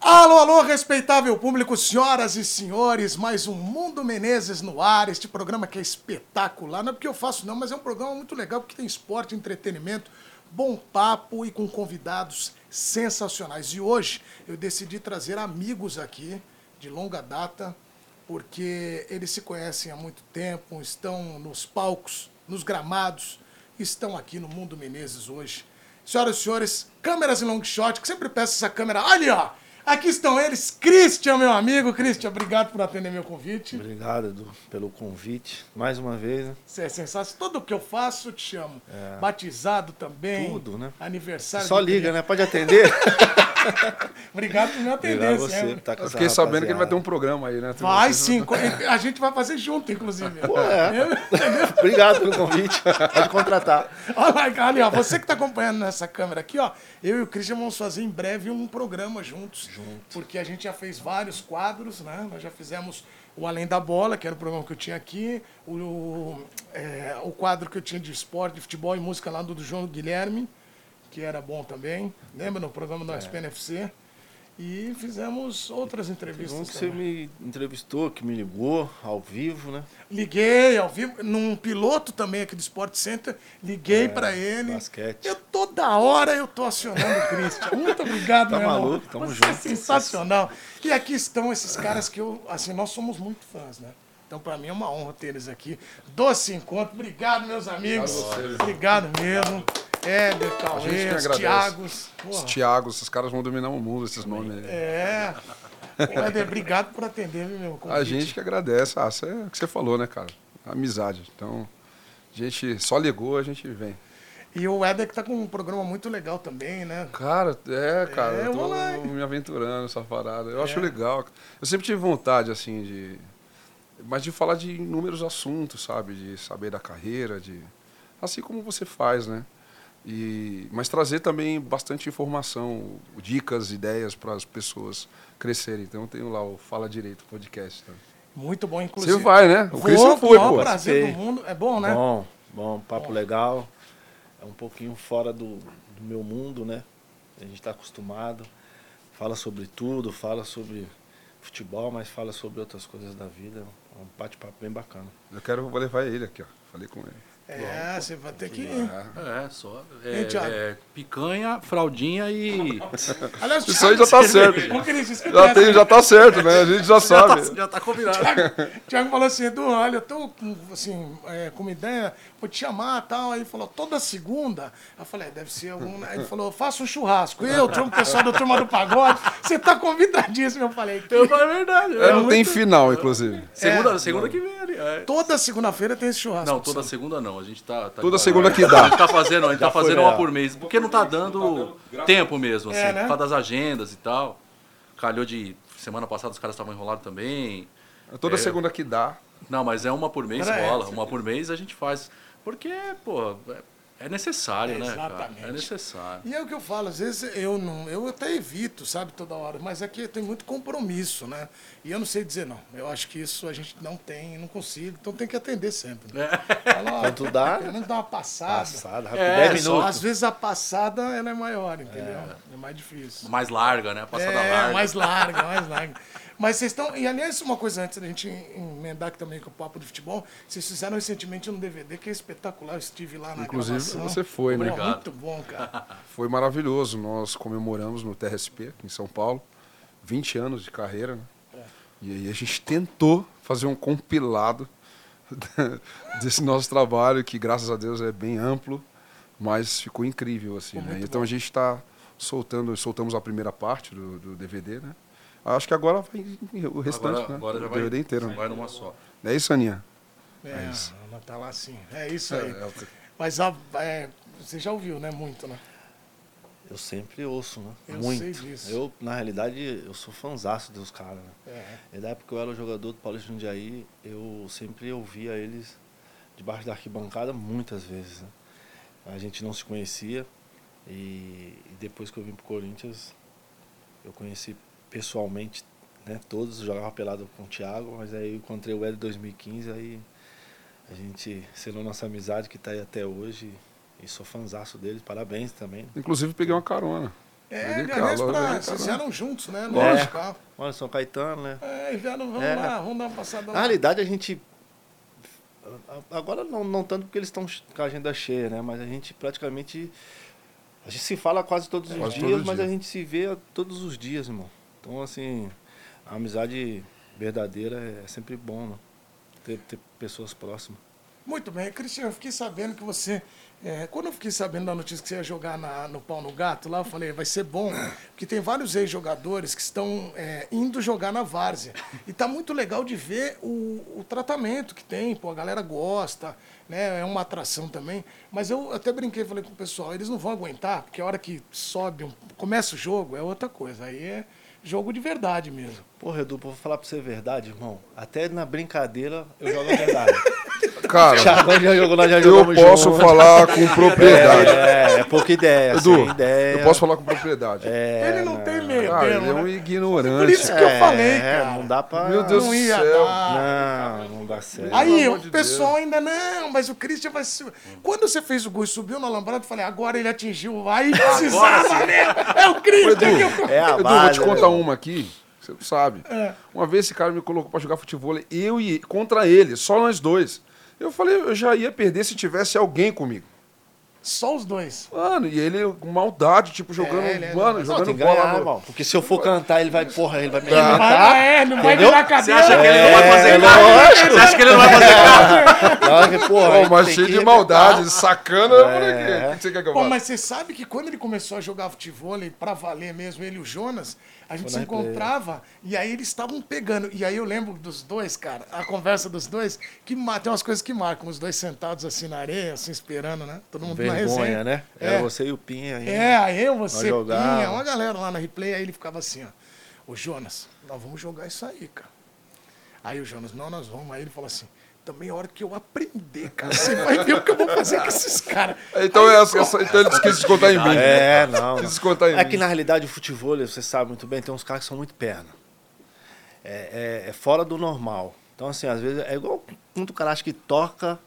Alô, alô, respeitável público, senhoras e senhores, mais um Mundo Menezes no ar, este programa que é espetacular, não é porque eu faço não, mas é um programa muito legal porque tem esporte, entretenimento, bom papo e com convidados sensacionais. E hoje eu decidi trazer amigos aqui de longa data, porque eles se conhecem há muito tempo, estão nos palcos, nos gramados, estão aqui no Mundo Menezes hoje. Senhoras e senhores, câmeras em long shot, que sempre peço essa câmera. Ali, ó! Aqui estão eles, Christian, meu amigo. Christian, obrigado por atender meu convite. Obrigado, Edu, pelo convite. Mais uma vez, né? Você é sensacional. Tudo que eu faço, eu te chamo. Batizado também. É. Tudo, né? Aniversário. Só de liga, né? Pode atender. Obrigado por me atender. Obrigado a você sempre. que tá com Eu essa fiquei sabendo que ele vai ter rapaziada. um programa aí, né? Vai sim, co- a gente vai fazer junto, inclusive. Pô, é. Obrigado pelo convite. Pode contratar. Olha lá, ali, ó, você que está acompanhando nessa câmera aqui, ó, eu e o Christian vamos fazer em breve um programa juntos. Porque a gente já fez vários quadros, né? Nós já fizemos o Além da Bola, que era o programa que eu tinha aqui, o, é, o quadro que eu tinha de esporte, de futebol e música lá do, do João Guilherme, que era bom também. Lembra no programa É. do SPNFC? E fizemos outras Teve um entrevistas. que você também. me entrevistou, que me ligou ao vivo, né? Liguei ao vivo, num piloto também aqui do Sport Center, liguei pra ele. É, basquete. Eu toda hora eu tô acionando o Christian. Muito obrigado, Tá meu irmão. maluco, tamo Você é junto. sensacional. E aqui estão esses caras que eu, assim, nós somos muito fãs, né? Então pra mim é uma honra ter eles aqui. Doce encontro. Obrigado, meus amigos. Obrigado, mesmo. Éder, Cauês, agradece. Tiagos. Os Porra, Thiagos, esses caras vão dominar o mundo, esses nomes aí. É. Ô, Éder, obrigado por atender, viu, meu convite. A gente que agradece. Ah, cê- é o que você falou, né, cara? Amizade. Então, a gente só ligou, a gente vem. E o Éder que tá com um programa muito legal também, né? Cara, é, cara, É, eu tô moleque. me aventurando nessa parada. Eu acho legal. Eu sempre tive vontade, assim, de. Mas de falar de inúmeros assuntos, sabe? De saber da carreira, de. Assim como você faz, né? E, mas trazer também bastante informação, dicas, ideias para as pessoas crescerem. Então eu tenho lá o Fala Direito podcast. Tá? Muito bom, inclusive. Você vai, né? O Vou, Cris não com o foi, maior pô. prazer do Participei. mundo. É bom, né? Bom, bom, papo legal. É um pouquinho fora do, do meu mundo, né? A gente está acostumado. Fala sobre tudo, fala sobre futebol, mas fala sobre outras coisas da vida. É um bate-papo bem bacana. Eu quero vou levar ele aqui, ó. Falei com ele. é, você vai ter que. É, só. Hein, Thiago? É, é, picanha, fraldinha e. Aliás, Isso aí já tá certo. Ô, Cris, isso que Já, acontece, tem, já tá certo, né? A gente já sabe. já tá combinado. O Thiago falou assim, Edu, olha, eu tô com, assim, é, com uma ideia, vou te chamar e tal. Aí ele falou, toda segunda. Eu falei, é, deve ser algum. Aí ele falou, faça um churrasco. Eu, chamo o pessoal do Turma do Pagode, você tá convidadíssimo. Eu falei, "Então, Eu, é verdade. É, não muito- tem final, inclusive. Segunda, segunda que vem ali. é. toda segunda-feira tem esse churrasco. Não, toda segunda não. A gente tá. tá Toda com- segunda que A dá. gente tá fazendo, a gente tá foi fazendo uma melhor. por mês. Porque não tá dando tempo mesmo, assim. É, né? Por causa das agendas e tal. Calhou de. Semana passada os caras estavam enrolados também. Toda É. segunda que dá. Não, mas é uma por mês Era rola. essa. Uma por mês a gente faz. Porque, pô, é, é necessário, né? cara? Exatamente. É necessário. E é o que eu falo, às vezes eu não, eu até evito, sabe, toda hora, mas é que tem muito compromisso, né? E eu não sei dizer não. Eu acho que isso a gente não tem, não consigo, então tem que atender sempre. Né? É. Fala, ó, Quanto dá? né? Pelo menos dá uma passada. Passada, rápido. É, 10 só minutos. Às vezes a passada ela é maior, entendeu? É, mais difícil. Mais larga, né? Passada é, larga. mais larga, mais larga. Mas vocês estão. E aliás, uma coisa antes da gente emendar aqui também com o papo de futebol, vocês fizeram recentemente um DVD que é espetacular. Eu estive lá na Inclusive, gravação. você foi, né? Pô, Obrigado. Muito bom, cara. Foi maravilhoso. Nós comemoramos no TRSP, aqui em São Paulo, 20 anos de carreira, né? E aí a gente tentou fazer um compilado desse nosso trabalho, que graças a Deus é bem amplo, mas ficou incrível, assim, né? Então a gente está soltando, soltamos a primeira parte do, do DVD, né? Acho que agora vai o restante, Agora, né? agora já o vai. DVD inteiro. né? Vai numa só. É isso, Aninha? É, ela tá lá sim. É isso É, aí. é o que- Mas a, é, você já ouviu, né? Muito, né? Eu sempre ouço, né? Eu Muito. sei disso. Eu, na realidade, eu sou fanzaço dos caras, né? É. E da época que eu era jogador do Paulista Jundiaí, eu sempre ouvia eles debaixo da arquibancada muitas vezes. né? A gente não se conhecia e, e depois que eu vim pro Corinthians, eu conheci pessoalmente né, todos, eu jogava pelado com o Thiago, mas aí eu encontrei o Hélio em 2015, aí a gente selou nossa amizade que tá aí até hoje e sou fanzaço deles, parabéns também. Inclusive peguei uma carona. É, Ele aliás, calou, pra, ele vocês calou. vieram juntos, né? No Lógico. bate-papo. Olha, São Caetano, né? É, e vieram, vamos É. lá, vamos dar uma passada Na lá. realidade, a gente. a- Agora não, não tanto porque eles estão com a agenda cheia, né? Mas a gente praticamente. A gente se fala quase todos os Quase dias, todo mas dia. a gente se vê todos os dias, irmão. Então, assim, a amizade verdadeira é sempre bom, né? Ter, ter pessoas próximas. Muito bem, Cristiano, eu fiquei sabendo que você. é, quando eu fiquei sabendo da notícia que você ia jogar na- no pau no gato lá, eu falei, vai ser bom, porque tem vários ex-jogadores que estão é, indo jogar na várzea. E tá muito legal de ver o, o tratamento que tem, pô, a galera gosta, né? É uma atração também. Mas eu até brinquei, falei com o pessoal, eles não vão aguentar, porque a hora que sobe, um- começa o jogo, é outra coisa. Aí é jogo de verdade mesmo. Porra, Edu, vou falar pra você a verdade, irmão. Até na brincadeira eu jogo a verdade. Cara, Thiago já jogou, nós já eu jogamos posso junto. falar com propriedade. É, é pouca ideia. Edu, sem ideia. eu posso falar com propriedade. é, ele não tem medo, Cara, mesmo, ele é um né? Por ignorante. isso que eu falei, É, cara. não dá pra. Meu Deus não do ia céu. dar. Não, não dá certo. Aí amor o de pessoal ainda, não, mas o Christian vai subir. Quando você fez o gol e subiu no alambrado, eu falei, agora ele atingiu, aí precisava mesmo. É o Christian Edu, que eu... é a Edu, vou base, te né, contar um. Edu? uma aqui, você não sabe. É. Uma vez esse cara me colocou pra jogar futebol, eu e contra ele, só nós dois. Eu falei, eu já ia perder se tivesse alguém comigo. Só os dois. Mano, e ele com maldade, tipo, jogando, ele é- mano, Não, jogando tem que bola. ganhar, no- Ah. irmão. Porque se eu for cantar, ele vai, porra, ele vai me Não vai, cantar. é, não vai Ah, tá. Entendeu? virar a Você cadeira. É. acha que é um É, ele não vai fazer nada? Você acha que ele não vai fazer nada? Pô, mas cheio de maldade, sacana, É. moleque. O que você quer que eu Pô, faça? mas você sabe que quando ele começou a jogar futebol, pra valer mesmo, ele e o Jonas, a gente Foi se na replay. é. encontrava e aí eles estavam pegando. E aí eu lembro dos dois, cara, a conversa dos dois, que ma- tem umas coisas que marcam, os dois sentados assim na areia, assim, esperando, né? Todo mundo na resenha. Vergonha, né? É. Era você e o Pinha aí. É, aí eu, você, Nós jogava. Pinha, uma galera lá na replay, aí ele ficava assim, ó. Ô Jonas, nós vamos jogar isso aí, cara. Aí o Jonas, não, nós vamos. Aí ele falou assim, também é hora que eu aprender, cara. Você vai ver o que eu vou fazer com esses caras. Então, é essa, essa- então ele disse que se contar em mim. É, não. Quis descontar em É mim. que na realidade o futebol, você sabe muito bem, tem uns caras que são muito perna. É, é- é fora do normal. Então, assim, às vezes é igual quando o cara acha que toca.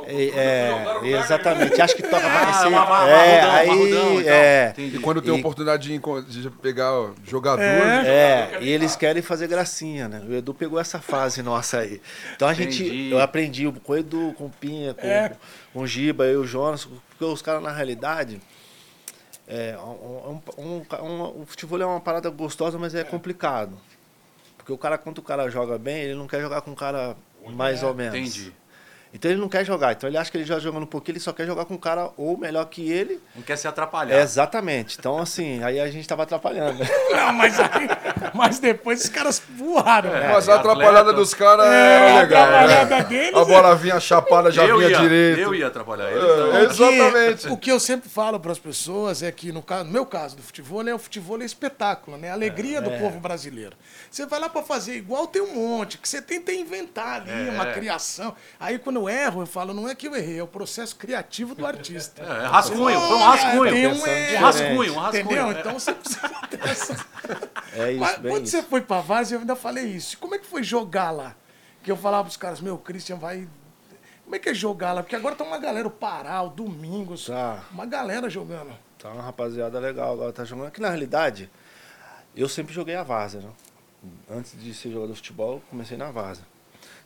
um né? É, é, exatamente, acha que toca pra Ah, cacete. uma- uma- É, marrudão, marrudão e aí. tal. É, Entendi. E quando tem a E- oportunidade de, enco- de pegar ó, jogador, é, e eles querem fazer gracinha, né? O Edu pegou essa fase nossa aí. Então a gente, Entendi. eu aprendi com o Edu, com o Pinha, com, É. com o Giba, eu, o Jonas, porque os caras na realidade. É, um- um- um- um- o futebol é uma parada gostosa, mas é complicado. Porque o cara, quando o cara joga bem, ele não quer jogar com um cara é? mais ou menos. Entendi. Então ele não quer jogar. Então ele acha que ele já jogando um pouquinho, ele só quer jogar com um cara ou melhor que ele. Não quer se atrapalhar. É. Exatamente. Então, assim, aí a gente tava atrapalhando. né? Não, mas, aí, mas depois os caras voaram. né? mas é a atrapalhada atleta. dos caras É, é, a legal. atrapalhada né? deles é- a bola vinha chapada, já eu, vinha ia, direito. eu ia atrapalhar ele. É, então. O que- Exatamente. O que eu sempre falo para as pessoas é que, no, caso, no meu caso do futebol, é o futebol é espetáculo, né? A alegria do povo brasileiro. Você vai lá para fazer igual, tem um monte, que você tenta inventar ali, uma criação. Aí quando eu erro, eu falo, não é que eu errei, é o processo criativo do artista. É, rascunho, foi um Tem rascunho. um é, Um rascunho, um rascunho. Entendeu? É. Então você precisa ter essa. É isso, Mas bem Quando isso. você foi pra Vaz, eu ainda falei isso. Como é que foi jogar lá? Que eu falava pros caras, meu, o Christian vai. Como é que é jogar lá? Porque agora tá uma galera, o Pará, o Domingos, Tá. uma galera jogando. Tá uma rapaziada legal agora, tá jogando. Que na realidade, eu sempre joguei a Várzea, né? Antes de ser jogador de futebol, eu comecei na Várzea.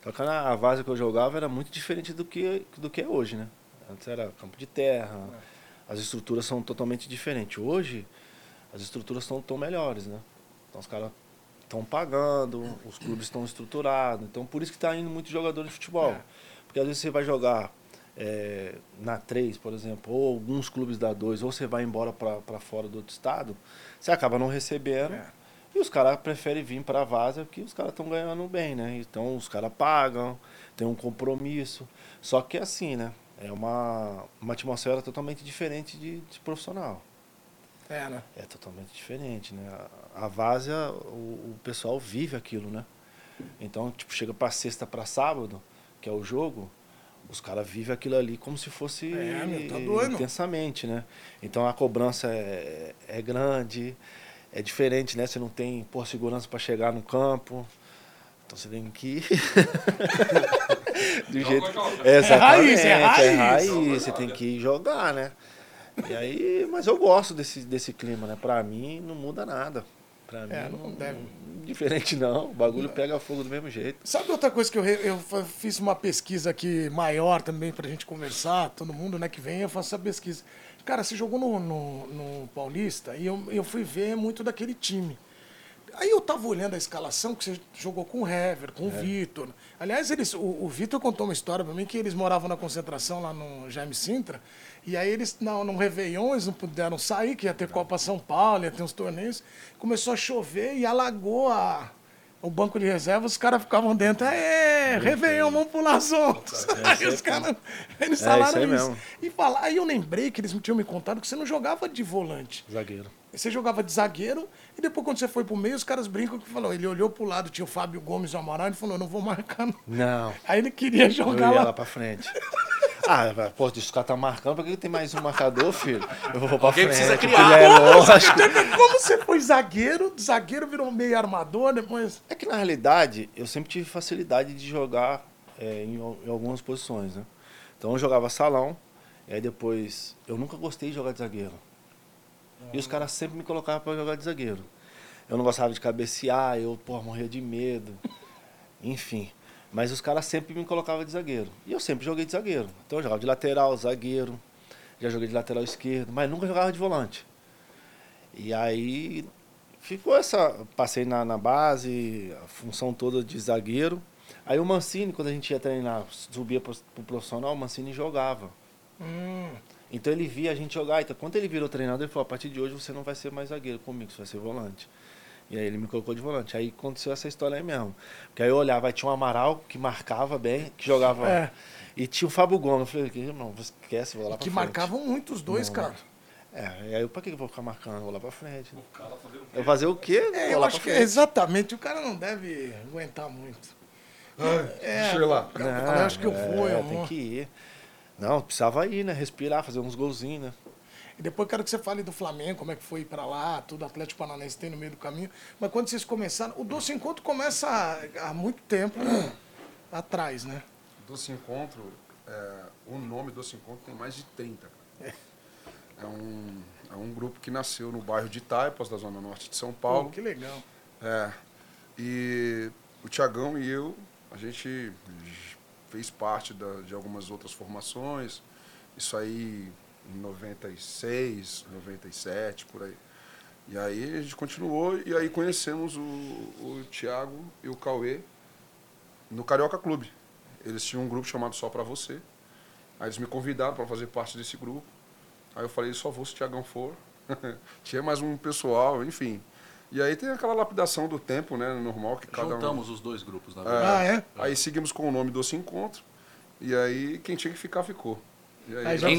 Só que na- a Várzea que eu jogava era muito diferente do que, do que é hoje, né? Antes era campo de terra, as estruturas são totalmente diferentes. Hoje, as estruturas estão tão melhores, né? Então os caras estão pagando, os clubes estão estruturados. Então por isso que está indo muito jogador de futebol. Porque às vezes você vai jogar eh, na 3, por exemplo, ou alguns clubes da 2, ou você vai embora para fora do outro estado, você acaba não recebendo. É. E os caras preferem vir para a Vaza porque os caras estão ganhando bem, né? Então os caras pagam, tem um compromisso. Só que é assim, né? É uma, uma atmosfera totalmente diferente de- de profissional. É, né? É totalmente diferente, né? A a várzea, o, o pessoal vive aquilo, né? Então, tipo, chega pra sexta, pra sábado, que é o jogo, os caras vivem aquilo ali como se fosse É, meu, tá doido. intensamente, né? Então a cobrança é, é grande, é diferente, né? Você não tem por segurança pra chegar no campo. Então você tem que ir. Do jeito. joga. Exatamente, raiz, é é raiz. raiz. Você tem que ir jogar, né? E aí, mas eu gosto desse, desse clima, né? Pra mim não muda nada. Pra mim É, não não, deve. não- diferente não. O bagulho pega fogo do mesmo jeito. Sabe outra coisa que eu, re- eu fa- fiz uma pesquisa aqui maior também pra gente conversar, todo mundo né, que vem, eu faço essa pesquisa. Cara, você jogou no, no, no Paulista e eu, eu fui ver muito daquele time. Aí eu tava olhando a escalação que você jogou com o Hever, com o É. Vitor. Aliás, eles, o, o Vitor contou uma história pra mim que eles moravam na concentração lá no Jaime Sintra. E aí eles, não, num Réveillon, eles não puderam sair, que ia ter Copa São Paulo, ia ter uns torneios. Começou a chover e alagou a, o banco de reserva, os caras ficavam dentro. Aê, Réveillon, vamos pular soltos. aí os caras, eles É, falaram isso aí isso. mesmo. E fala, aí eu lembrei que eles tinham me contado que você não jogava de volante. Zagueiro. Você jogava de zagueiro e depois quando você foi pro meio, os caras brincam que falou, ele olhou pro lado, tinha o Fábio Gomes e o Amaral, ele falou, eu não vou marcar não. Não. Aí ele queria Eu jogar ia lá. lá pra frente. Ah, vai, pô, se o cara tá marcando, pra que tem mais um marcador, filho? Eu vou pra Alguém frente. precisa criar. filho, é lógico. Como você foi zagueiro, zagueiro virou meio armador, depois... É que na realidade eu sempre tive facilidade de jogar é, em, al- em algumas posições, né? Então eu jogava salão, e aí depois eu nunca gostei de jogar de zagueiro. E os caras sempre me colocavam pra jogar de zagueiro. Eu não gostava de cabecear, eu porra, morria de medo. Enfim. Mas os caras sempre me colocavam de zagueiro. E eu sempre joguei de zagueiro. Então eu jogava de lateral, zagueiro. Já joguei de lateral esquerdo, mas nunca jogava de volante. E aí ficou essa. Passei na, na base, a função toda de zagueiro. Aí o Mancini, quando a gente ia treinar, subia pro, pro profissional, o Mancini jogava. Hum. Então ele via a gente jogar. Então quando ele virou treinador, ele falou: a partir de hoje você não vai ser mais zagueiro comigo, você vai ser volante. E aí ele me colocou de volante. Aí aconteceu essa história aí mesmo. Porque aí eu olhava, aí tinha um Amaral que marcava bem, que jogava. É. E tinha o Fábio Gomes. Eu falei, irmão, esquece, vou lá pra Que frente. marcavam muito os dois, Não, cara. né? É, e aí eu, pra que eu vou ficar marcando? Eu vou lá pra frente. Né? Eu vou fazer o quê? É, Vou eu lá acho pra que é frente. exatamente, o cara não deve aguentar muito. É. Deixa eu ir lá. Cara, eu falei, acho que eu vou, é, eu tem vou. que ir. Não, precisava ir, né? Respirar, fazer uns golzinhos, né? E depois eu quero que você fale do Flamengo, como é que foi ir pra lá, tudo Atlético Paranaense tem no meio do caminho. Mas quando vocês começaram, o Doce Encontro começa há, há muito tempo atrás, né? Doce Encontro, é, o nome Doce Encontro tem mais de 30. Cara. É, um, é um grupo que nasceu no bairro de Taipas, da zona norte de São Paulo. Pô, que legal. É. E o Tiagão e eu, a gente j- fez parte da- de algumas outras formações. Isso aí em 96, 97, por aí. E aí a gente continuou e aí conhecemos o, o Tiago e o Cauê no Carioca Clube. Eles tinham um grupo chamado Só Pra Você. Aí eles me convidaram para fazer parte desse grupo. Aí eu falei, só vou se o Tiagão for. Tinha mais um pessoal, enfim. E aí tem aquela lapidação do tempo, né? Normal que cada um. Juntamos os dois grupos, na verdade. Ah, é? Aí seguimos com o nome doce encontro. E aí quem tinha que ficar, ficou. E aí, Aí já Quem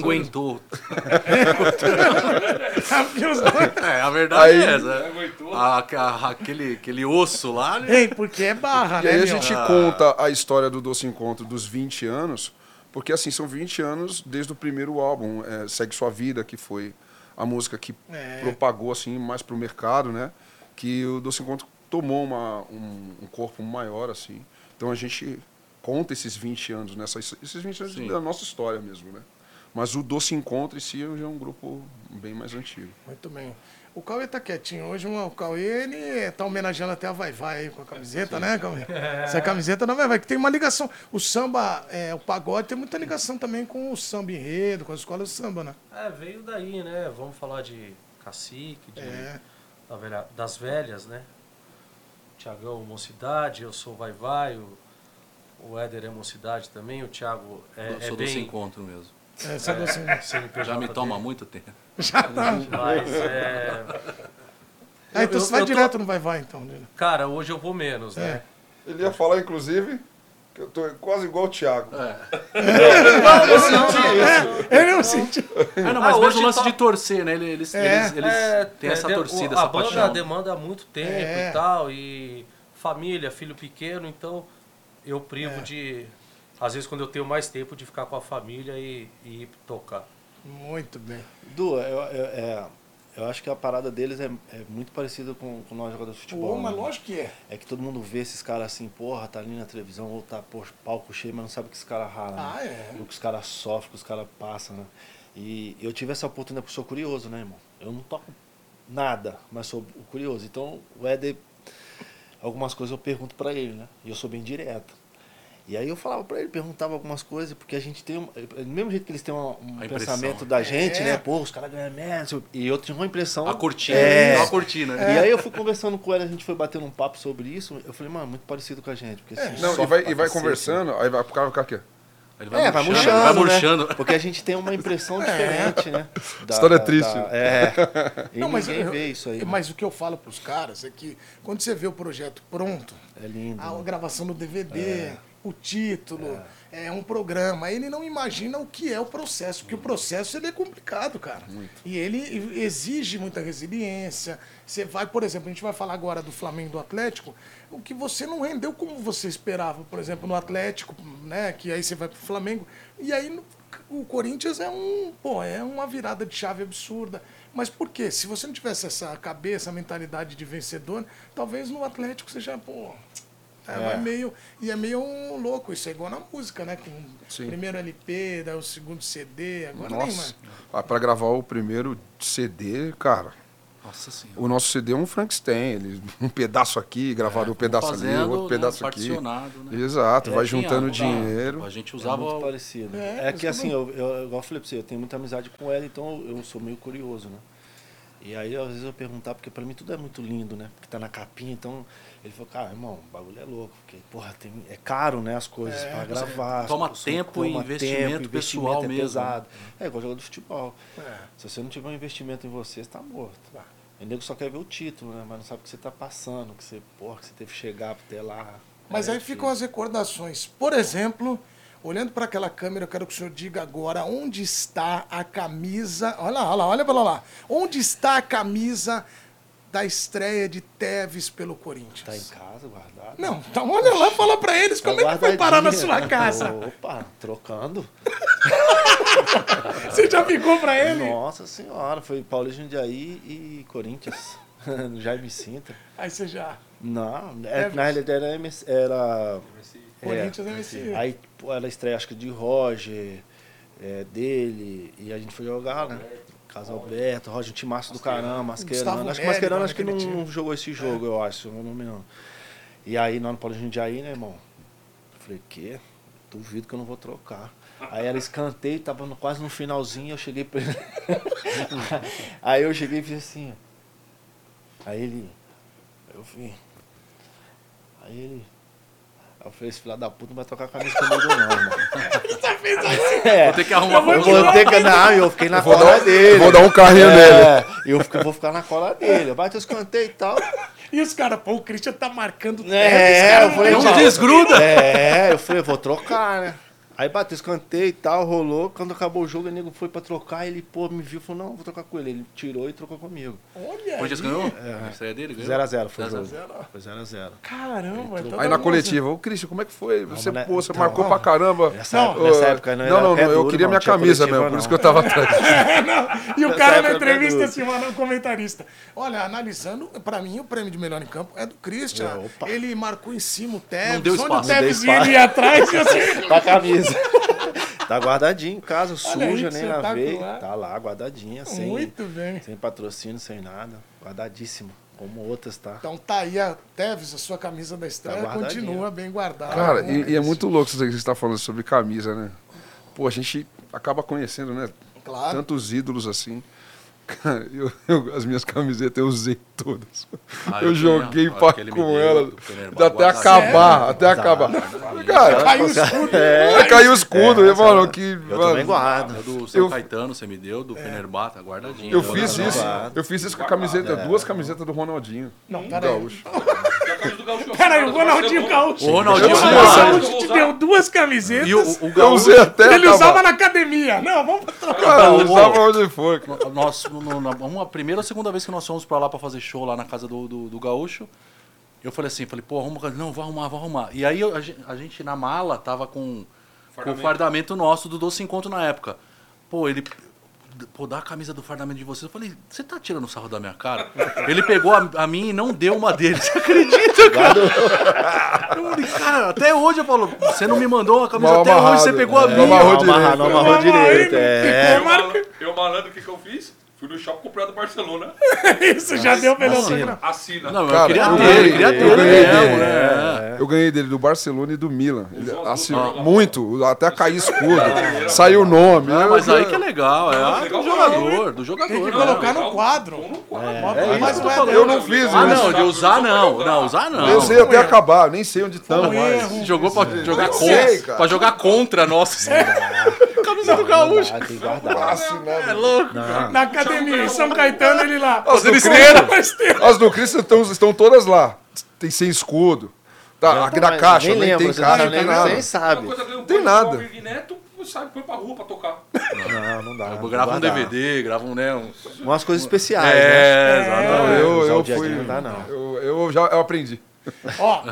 aguentou? Porque os dois- É, a verdade Aí- é essa. A- a- aquele, aquele osso lá, né? Ei, porque é barra, E né? aí meu? a gente conta a história do Doce Encontro dos 20 anos, porque assim, são 20 anos desde o primeiro álbum, é, Segue Sua Vida, que foi a música que É. propagou assim mais pro mercado, né? Que o Doce Encontro tomou uma, um, um corpo maior, assim. Então a gente conta esses 20 anos, né? Essas- Esses 20 anos Sim. da nossa história mesmo, né? Mas o Doce Encontro em si já é um grupo bem mais antigo. Ah, Muito bem. O Cauê tá quietinho. Hoje o Cauê, ele tá homenageando até a Vai Vai aí com a camiseta, né, Cauê? Essa camiseta não vai vai, que tem uma ligação. O samba, é, o pagode tem muita ligação também com o samba enredo, com a escola do samba, né? É, veio daí, né? Vamos falar de cacique, de, É. da velha- das velhas, né? Tiagão, mocidade, eu sou vai vai, o, o Éder é mocidade também, o Thiago é, Eu é sou desse bem... encontro mesmo. É, essa doce- CNPJ Já me dele, toma muito tempo. Mas é... Ah, então Eu- você vai eu tô- direto no Vai Vai, então. Dino. Cara, hoje eu vou menos, É. né? Ele ia falar, inclusive, que eu tô quase igual o Thiago. É, Eu não senti. Ah, não, mas mesmo Ah, hoje o lance tá- de torcer, né? Ele- Eles, É. eles, eles têm essa é, de- torcida, o- essa a banda paixão. demanda muito tempo É. e tal, e família, filho pequeno, então eu É. privo de. Às vezes, quando eu tenho mais tempo, de ficar com a família e, e ir tocar. Muito bem. Du, eu, eu, é, eu acho que a parada deles é, é muito parecida com, com nós jogadores de futebol. Pô, mas né? lógico que é. É que todo mundo vê esses caras assim, porra, tá ali na televisão, ou tá pô, palco cheio, mas não sabe o que esse cara rala. né? Ah, é. O que os caras sofrem, o que os caras passam, né? E eu tive essa oportunidade, porque eu sou curioso, né, irmão? Eu não toco nada, mas sou curioso. Então, o Éder, algumas coisas eu pergunto pra ele, né? E eu sou bem direto. E aí eu falava pra ele, perguntava algumas coisas, porque a gente tem. um- Do mesmo jeito que eles têm um, um A impressão, pensamento né? da gente, É. né? Pô, os caras ganham merda. E eu tinha uma impressão. A cortina, É. a né? cortina. E aí eu fui conversando com ela, a gente foi batendo um papo sobre isso. Eu falei, mano, muito parecido com a gente. Porque, assim, É, Não, e sofre vai, pra e vai cacete, conversando, aí vai, o cara vai ficar aqui. ó. Ele é, vai murchando. Vai né? murchando. Porque a gente tem uma impressão diferente, né? É. História triste. é. E Não, mas ninguém eu- vê isso aí. né? Mas o que eu falo pros caras é que quando você vê o projeto pronto, É lindo. a né? É. gravação do DVD, o título, é. um programa, ele não imagina o que é o processo, porque o processo ele é complicado, cara. E ele exige muita resiliência. Você vai, por exemplo, a gente vai falar agora do Flamengo e do Atlético, o que você não rendeu como você esperava, por exemplo, no Atlético, né, que aí você vai pro Flamengo, e aí no- o Corinthians é um, pô, é uma virada de chave absurda. Mas por quê? Se você não tivesse essa cabeça, a mentalidade de vencedor, talvez no Atlético você já, pô, é, vai meio e é meio um louco isso é igual na música, né? Com o Sim. primeiro LP, daí o segundo CD, agora nem Nossa. mais. Ah, pra gravar o primeiro CD, cara, Nossa senhora. o nosso CD é um Frankenstein. Ele, um pedaço aqui, gravado É, um pedaço ali, fazendo, outro né, pedaço aqui. particionado, né? Exato, vai Tinha, juntando tá. dinheiro. A gente É usava muito o- parecido. É, É, que isso assim, eu, eu, igual eu falei pra você, eu tenho muita amizade com ela, então eu sou meio curioso, né? E aí, às vezes, eu perguntava, porque pra mim tudo é muito lindo, né? Porque tá na capinha, então. Ele falou, cara, irmão, o bagulho é louco, porque, porra, tem, é caro, né? As coisas É, pra gravar. toma as- tempo e investimento pessoal é mesmo. né? pesado. É igual jogador de futebol. É. Se você não tiver um investimento em você, você tá morto. O nego só quer ver o título, né? Mas não sabe o que você tá passando, que você, porra, que você teve que chegar até lá. Mas É aí difícil. ficam as recordações. Por exemplo, olhando para aquela câmera, eu quero que o senhor diga agora onde está a camisa. Olha lá, olha lá, olha para lá. Onde está a camisa da estreia de Tevez pelo Tá em Corinthians? casa, guardado. Não, então olha lá, fala para eles como é que foi Guardadinha. parar na sua casa. um Opa, trocando. Você já ficou para ele? Nossa senhora, foi Paulo Jundiaí e Corinthians. é no Jaime Sintra. Aí você já. Não, é, na realidade era. MS era é, Corinthians MC. Aí pô, era estreia, acho que de Roger, é, dele, e a gente foi jogar, né? Casa Alberto, Roger, um timaço do caramba, Gustavo Mascherano. Acho que Neri Mascherano tava acho que não, naquele time. não jogou esse jogo, eu acho, eu não me lembro. E aí, nós no Paulo Jundiaí, né, irmão? Eu falei, quê? Duvido que eu não vou trocar. Aí era escanteio, tava no- quase no finalzinho, eu cheguei pra ele. aí eu cheguei e fiz assim, ó. Aí ele. Eu fui. Aí ele. Aí eu falei, esse filho da puta não vai trocar a camisa comigo, não, irmão. né? É, Vou ter que arrumar Eu vou ter que. Não, eu fiquei na Vou cola dar, dele. vou dar um carrinho nele. É, eu fico- vou ficar na cola dele. Bate os canteios e tal. E os caras, pô, o Christian tá marcando o É, eu falei, Não "Tchau." desgruda. É, eu falei, vou trocar, né? Aí bateu escanteio e tal, rolou. Quando acabou o jogo, o nego foi pra trocar. Ele, pô, me viu, falou, não, vou trocar com ele. Ele tirou e trocou comigo. Olha O Corinthians aí. ganhou? É. A estreia dele ganhou? 0x0 foi o 0 a jogo. Foi 0x0. Caramba, então Aí tá na bom, coletiva, ô Cristian, como é que foi? Você, mas pô, né- você então, marcou ó, pra caramba. nessa Não, época- nessa época não Não, era- não, é eu duro, queria não, minha tinha camisa coletiva, mesmo, por não. isso que eu tava atrás. É, E o Essa cara na época era entrevista duro. se mandou um comentarista. Olha, analisando, pra mim o prêmio de melhor em campo é do Christian. É, opa. Ele marcou em cima o Tevez. Não deu Onde o espaço. Não deu Tevez espaço. ia atrás e assim. Pra camisa. tá guardadinho em casa, Olha aí que suja, nem lavei. espetacular. Tá lá, guardadinha, sem, Muito bem. sem patrocínio, sem nada. Guardadíssimo. Como outras, tá? Então tá aí a Tevez, a sua camisa da estreia Tá guardadinha. continua bem guardada. Cara, Tá Bom, e, e é muito louco isso que você está falando sobre camisa, né? Pô, a gente acaba conhecendo, né? Claro. Tantos ídolos assim. Cara, eu- eu- as minhas camisetas eu usei todas. eu, Ah, eu tenho, joguei a pra, que ele me com deu ela. do Fenerbahçe. Até Guardado. acabar, até acabar. Cara, Caiu o escudo. aí caiu o escudo, É, eu falo essa- que. Eu mano, também guardo. É do São Eu- É. Caetano, você me deu, do Fenerbahçe, guardadinho. eu fiz Guardado. isso. Eu fiz isso com a camiseta, duas camisetas do Ronaldinho. Não, do peraí. Gaúcho. Peraí, o Ronaldinho Gaúcho. O Ronaldinho o Gaúcho. Ronaldinho te deu duas camisetas. E o, o Eu Gaúcho, usei até. Ele acabar. usava na academia. Não, vamos trocar. Cara, eu usava onde foi. cara. nós, no- na- uma primeira ou segunda vez que nós fomos pra lá pra fazer show lá na casa do, do, do Gaúcho, eu falei assim, falei, pô, arruma, não, vou arrumar, vou arrumar. E aí eu- a, gen- a gente na mala tava com, com o fardamento nosso do Doce Encontro na época. Pô, ele pô, dá a camisa do fardamento de vocês. Eu falei, você tá tirando sarro da minha cara? Ele pegou a, a minha e não deu uma dele. Você acredita, cara? Eu falei, cara, até hoje eu falo, você não me mandou a camisa, Mal até amarrado. hoje você pegou a É, minha. mal amarrado. Não amarrar, não amarrou direito. É. Eu, malandro, Então, eu malandro, o que, que eu fiz? Fui no shopping comprar do Barcelona. Isso já deu pelo assim, Vacina. Assina. Não, Cara, eu queria eu ter, ganhei, eu queria eu ter ele ganhei mesmo, dele. é. né? Eu ganhei dele do Barcelona e do Milan. Ele Os outros assinou não. muito, até cair escudo. é Saiu o nome. Ah, Eu- mas aí que é legal, é ah, do legal, jogador, do jogador. Tem que né? colocar no É quadro. Vamos no quadro. Mas É é isso que eu tô ué, falando. eu não fiz Ah, isso. né? não, de usar não. Não, usar não. é. Eu sei até acabar, eu nem sei onde estamos. um erro. Jogou pra jogar Eu contra. sei, cara. Pra jogar contra, nossa. Camisa do Gaúcho. Ah, tem que guardar. É louco. Na academia, em São Caetano, ele lá. Fazendo Cristo. esteira. As do Cristo estão, estão todas lá. Tem sem escudo. Tá, aqui na caixa, Ah, nem nem, lembro, tem você caixa, não não tem lembra, nada. nem sabe. Tem nada. O Almir Neto sai, põe pra rua pra tocar. Não, não dá. Eu gravo um guardar. DVD, gravo um, né? um- Umas coisas especiais, né? É, Não, exatamente. eu, usar o eu dia a fui. dia não dá, não. Eu, eu já eu aprendi. Ó,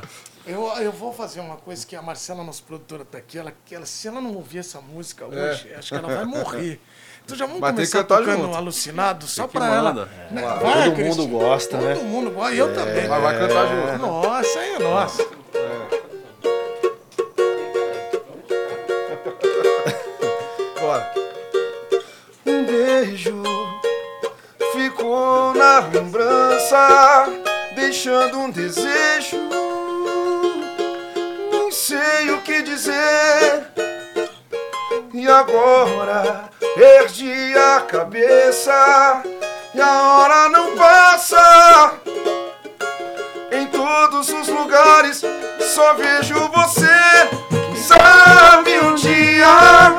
eu, eu vou fazer uma coisa que a Marcela, nossa produtora, tá aqui. Ela, que ela, se ela não ouvir essa música hoje, acho que ela vai morrer. Então já vamos Mas tem que começar É. cantar tocando junto. Alucinado só É que pra manda. ela. Né? Vai, Todo Cristo. mundo gosta, né? Todo mundo gosta. Eu também. É. Mas vai cantar junto. Nossa, aí é nossa. Bora. Um beijo ficou na lembrança, deixando um desejo. Nem sei o que dizer. E agora perdi a cabeça e a hora não passa. Em todos os lugares só vejo você. Quem sabe um dia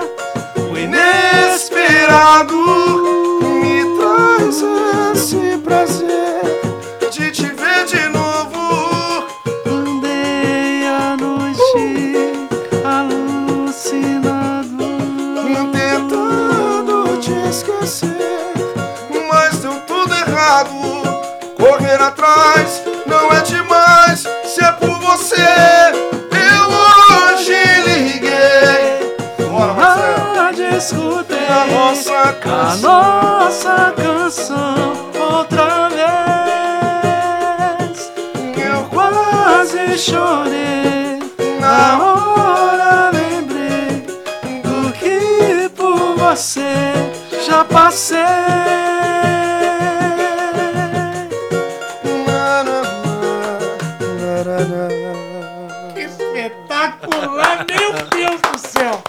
o inesperado me traz esse prazer de te ver de novo. Andei a noite alucinado. tentando te esquecer, mas deu tudo errado. Correr atrás não é demais, se é por você, eu hoje liguei. Bora, Marcelo. Ah, discutei A nossa a canção. nossa canção outra vez. Eu Quase chorei, na não hora lembrei do que por você já passei. né? Que espetacular, meu Deus do céu.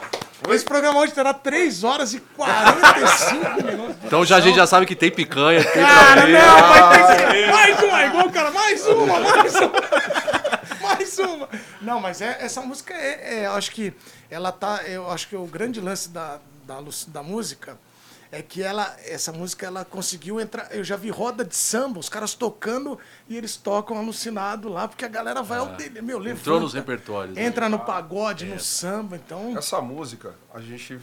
Esse programa hoje terá 3 horas e 45 minutos. Então já a gente já sabe que tem picanha, tem Cara, não, vai ter que... Mais uma, é igual, cara, mais uma, mais uma. Mais uma. Não, mas é- essa música é, é, acho que ela tá, eu acho que o grande lance da, da, lu- da música é que ela, essa música, ela conseguiu entrar, eu já vi roda de samba, os caras tocando e eles tocam alucinado lá, porque a galera vai ao dele, meu, levanta. Ah, Entrou nos repertórios, né? Entra no pagode, no samba, então... Essa música, a gente.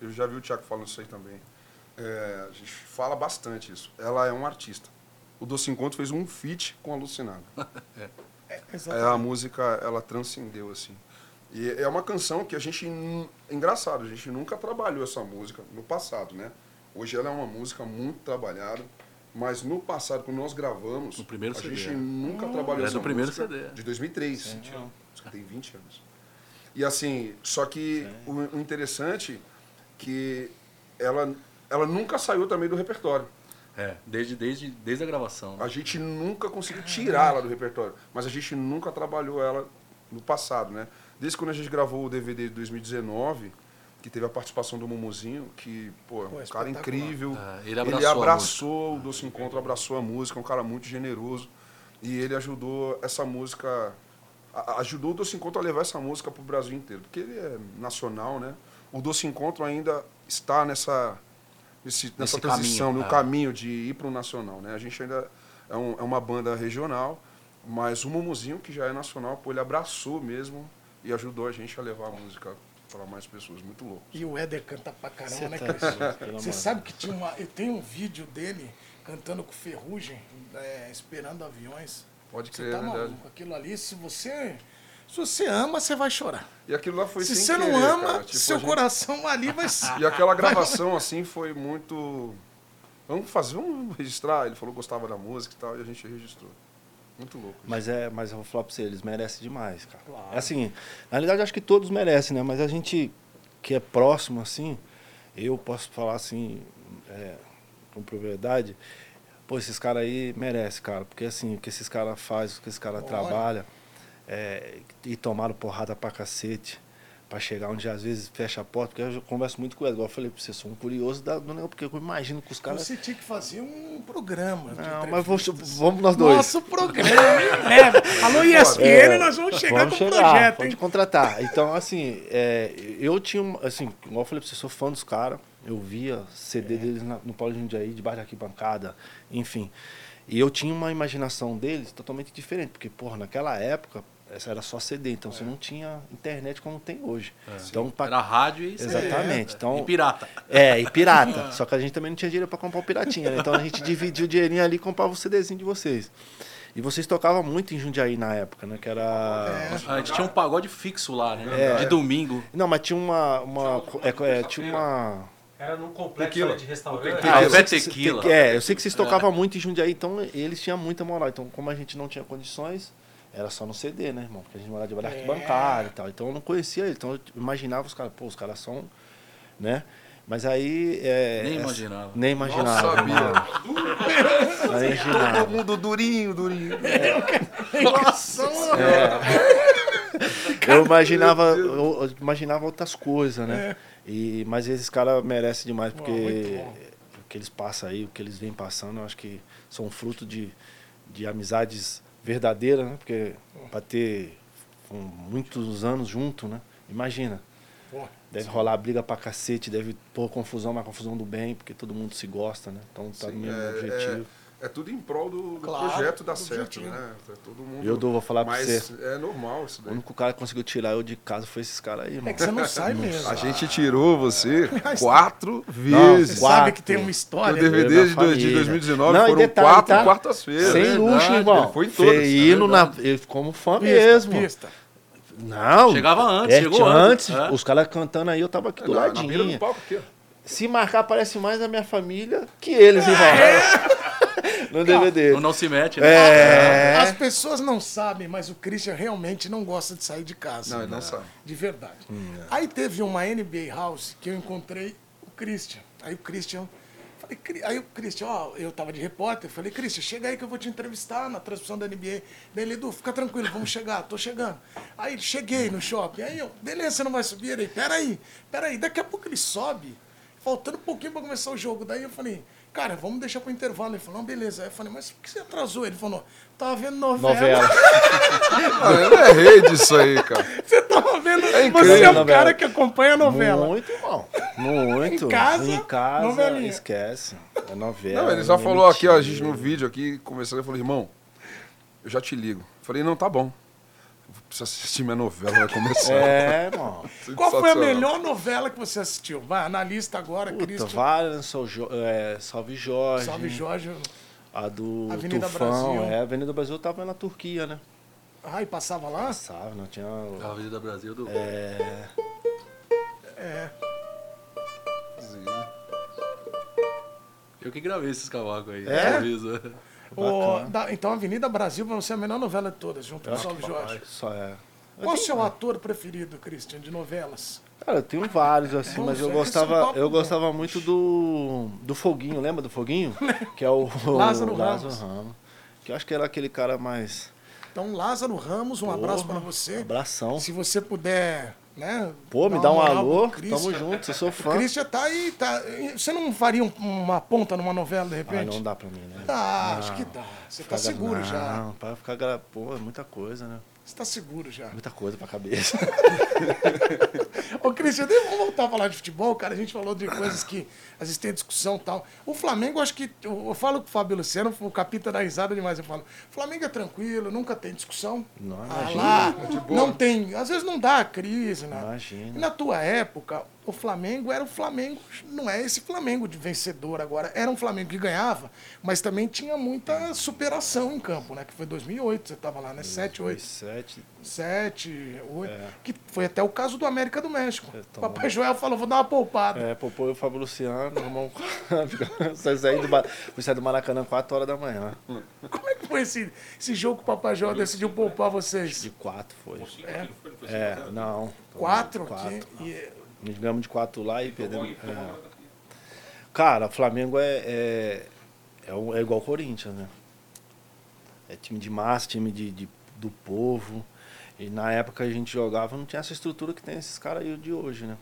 Eu já vi o Thiago falando isso aí também. É, a gente fala bastante isso. Ela é um artista. O Doce Encontro fez um feat com Alucinado. Exato. É, a música, ela transcendeu, assim. E é uma canção que a gente. nu- é Engraçado, a gente nunca trabalhou essa música no passado, né? Hoje ela é uma música muito trabalhada, mas no passado, quando nós gravamos. No primeiro a CD, gente né? nunca trabalhou É essa do primeiro música. CD. De 2003. Acho que tem 20 anos. E assim, só que o, o interessante é que ela, ela nunca saiu também do repertório. É, desde, desde, desde a gravação. A gente nunca conseguiu tirar ela do repertório, mas a gente nunca trabalhou ela no passado, né? Desde quando a gente gravou o DVD de 2019, que teve a participação do Mumuzinho, que, pô, é um cara espetacular. incrível. É, ele abraçou a abraçou o Doce Encontro, abraçou a música, é um cara muito generoso. E ele ajudou essa música, a- a- ajudou o Doce Encontro a levar essa música pro Brasil inteiro, porque ele é nacional, né? O Doce Encontro ainda está nessa, esse- nessa Nesse transição, caminho, no é. caminho caminho de ir para o nacional, né? A gente ainda é, um- é uma banda regional, mas o Mumuzinho, que já é nacional, pô, ele abraçou mesmo e ajudou a gente a levar a música para mais pessoas. Muito louco. E o Éder canta pra caramba, Cê né, tá Cris? doido, pelo Você amor. sabe que tinha uma. Eu tenho um vídeo dele cantando com ferrugem, é, esperando aviões. Pode Você crer, tá é verdade. maluco. Aquilo ali, se você. Se você ama, você vai chorar. E aquilo lá foi Se sem você não querer, ama, cara. Tipo, seu a gente- coração ali vai ser. E aquela gravação, assim, foi muito... Vamos fazer, vamos registrar. Ele falou que gostava da música e tal, e a gente registrou. Muito louco. Mas é, mas eu vou falar pra você, eles merecem demais, cara. Assim, na realidade acho que todos merecem, né? Mas a gente que é próximo, assim, eu posso falar assim, é, com propriedade, pô, esses caras aí merecem, cara. Porque assim, o que esses caras fazem, o que esses caras trabalham, é, e tomaram porrada pra cacete. Pra chegar onde às vezes fecha a porta, porque eu converso muito com ele. Igual eu falei pra você, sou um curioso da, do negócio, porque eu imagino que os caras. Então Você tinha que fazer um programa. de Não, mas vamos, entrevistas. vamos nós dois. Nosso programa em breve. É, Alô, ESPN, É, nós vamos chegar vamos com o chegar, projeto, Pode hein? contratar. Então, assim, é, eu tinha, uma- assim, igual eu falei pra você, sou fã dos caras. Eu via É. CD deles na- no Paulo de Jundiaí, debaixo da arquibancada, enfim. E eu tinha uma imaginação deles totalmente diferente, porque, porra, naquela época, essa era só CD, então É. você não tinha internet como tem hoje. Então, pra- Era rádio e Exatamente. Então, E pirata. É, e pirata. Só que a gente também não tinha dinheiro pra comprar o piratinha, né? Então a gente dividia o dinheirinho ali e comprava o CDzinho de vocês. E vocês tocavam muito em Jundiaí na época, né? Que era. A gente tinha um pagode fixo lá, né? É. De domingo. Não, mas tinha uma. uma é, é, tinha uma. Era num complexo Tequila. né, de restaurante. Ah, eu Café sei que cê- tequila. te- É, eu sei que vocês tocavam muito em Jundiaí, então eles tinham muita moral. Então, como a gente não tinha condições, era só no CD, né, irmão? Porque a gente morava de barra arquibancária e tal. Então eu não conhecia ele. Então eu imaginava os caras, pô, os caras são. né? Mas aí. é, Nem essa- imaginava. Nem imaginava. Não sabia. mano. Não imaginava. Todo Ah, é mundo durinho, durinho. Eu imaginava, eu, eu imaginava outras coisas, né? E, mas esses caras merecem demais, porque o que eles passam aí, o que eles vêm passando, eu acho que são fruto de, de amizades verdadeiras, né? Porque pra ter com muitos anos junto, né? Imagina. Deve rolar briga pra cacete, deve pôr confusão, mas confusão do bem, porque todo mundo se gosta, né? Então tá no Sim, mesmo é- objetivo. É, é tudo em prol do, do Claro, projeto dar do certo, objetivo. né? Tá todo mundo. Eu dou, vou falar pra Mas você. É normal isso O daí. único cara que conseguiu tirar eu de casa foi esses caras aí, mano. É que você não sai mesmo. A gente tirou você Mas- quatro Você vezes. Quatro. sabe que tem uma O história. DVD de, da dois- de família. 2019 Não, e foram detalhe, quatro tá? quartas-feiras. Sem É luxo, verdade, irmão. ele foi em todas, Feíno na... Ele ficou um fã Pista, mesmo. pista. Não. Chegava antes, é, chegou tinha antes, é. Os caras cantando aí, eu tava aqui do É, Na- na beira ladinho. do palco aqui, ó. Se marcar, parece mais a minha família que eles, irmão. É. no DVD. Não, não se mete, né? É. As pessoas não sabem, mas o Christian realmente não gosta de sair de casa. É. Não, ele não sabe. De verdade. Hum, é. Aí teve uma NBA House que eu encontrei o Christian. Aí o Christian. Falei, "Cri- aí o Christian, ó, eu tava de repórter, falei, Christian, chega aí que eu vou te entrevistar na transmissão da NBA. Daí ele, Edu, fica tranquilo, vamos chegar, tô chegando. Aí cheguei no shopping, aí eu, beleza, você não vai subir? Ele, peraí, peraí, daqui a pouco ele sobe, faltando um pouquinho pra começar o jogo. Daí eu falei, cara, vamos deixar pro intervalo. Ele falou, não, beleza. Aí eu falei, mas por que você atrasou? Ele falou, tava vendo Novela. Ah, eu não errei disso aí, cara. você tava vendo. você é incrível, um novela. cara que acompanha a novela. Muito, irmão. Muito. Em casa, Em casa, novelinha. esquece. É novela. Não, ele já é falou aqui, ó, a gente mentira. no vídeo aqui, conversando, ele falou, irmão, eu já te ligo. Eu falei, não, tá bom. Eu preciso assistir minha novela, vai começar. É, irmão. Qual foi a Sensacional. melhor novela que você assistiu? Vai, analista agora, Puta, Cristo. Valens, Sou Jo- é, Salve Jorge. Salve Jorge. A do Avenida Tufão, Brasil. é, a Avenida Brasil eu tava na Turquia, né? Ah, Ai, passava lá? Sabe, não tinha. A Avenida Brasil do. É. É. Eu que gravei esses cavacos aí. É? sorriso. Ô, da- então, Avenida Brasil pra você é a melhor novela de todas, junto com o Salve Jorge. Só é. Qual o seu ator preferido, Christian, de novelas? Cara, eu tenho vários assim, Bom, mas eu será que esse é um gostava, papo eu bom? gostava muito do do Foguinho, lembra do Foguinho? Que é o o Lázaro Ramos. Ramos. Que eu acho que era aquele cara mais Então, Lázaro Ramos, um abraço pra você. abração. Se você puder, né? Pô, me dar dá um uma moral alô, pro Christian. tamo junto, eu sou O fã. Christian tá aí, tá. Você não faria um- uma ponta numa novela, de Ah, repente? não dá pra mim, né? Dá, acho que dá. Tá, Você tá Ficar gra- seguro não, já. Não, pra ficar gra... Pô, é muita coisa, né? Você tá seguro já. Muita coisa pra cabeça. Ô, Cristian, daí vamos voltar a falar de futebol, cara. A gente falou de coisas que às vezes tem discussão e tal. O Flamengo, acho que. Eu, eu falo com o Fábio Luciano, o capita da risada demais. Eu falo: Flamengo é tranquilo, nunca tem discussão. Não, Ah, imagina. lá, não tem. Às vezes não dá crise, né? Imagina. E na tua época, o Flamengo era o Flamengo, não é esse Flamengo de vencedor agora. Era um Flamengo que ganhava, mas também tinha muita superação em campo, né? Que foi 2008, você tava lá, né? 7, 8. 2007, 7, 8. Que foi até o caso do América do México. É, O tomou. Papai Joel falou, vou dar uma poupada. É, popô eu, Fábio Luciano, irmão. Só saí do, Ba- fui sair do Maracanã 4 horas da manhã. Como é que foi esse, esse jogo que o Papai Joel decidiu poupar vocês? De 4 foi. Cinco, aqui, não foi? Não foi cinco, É, zero. não. Quatro? Quatro. Que- e- Nós ganhamos de 4 lá e Tomou um perdemos. aí, tomou agora daqui. é. Cara, Flamengo é, é, é, um- é igual o Corinthians, né? É time de massa, time de, de- do povo. E na época a gente jogava, não tinha essa estrutura que tem esses caras aí de hoje, né?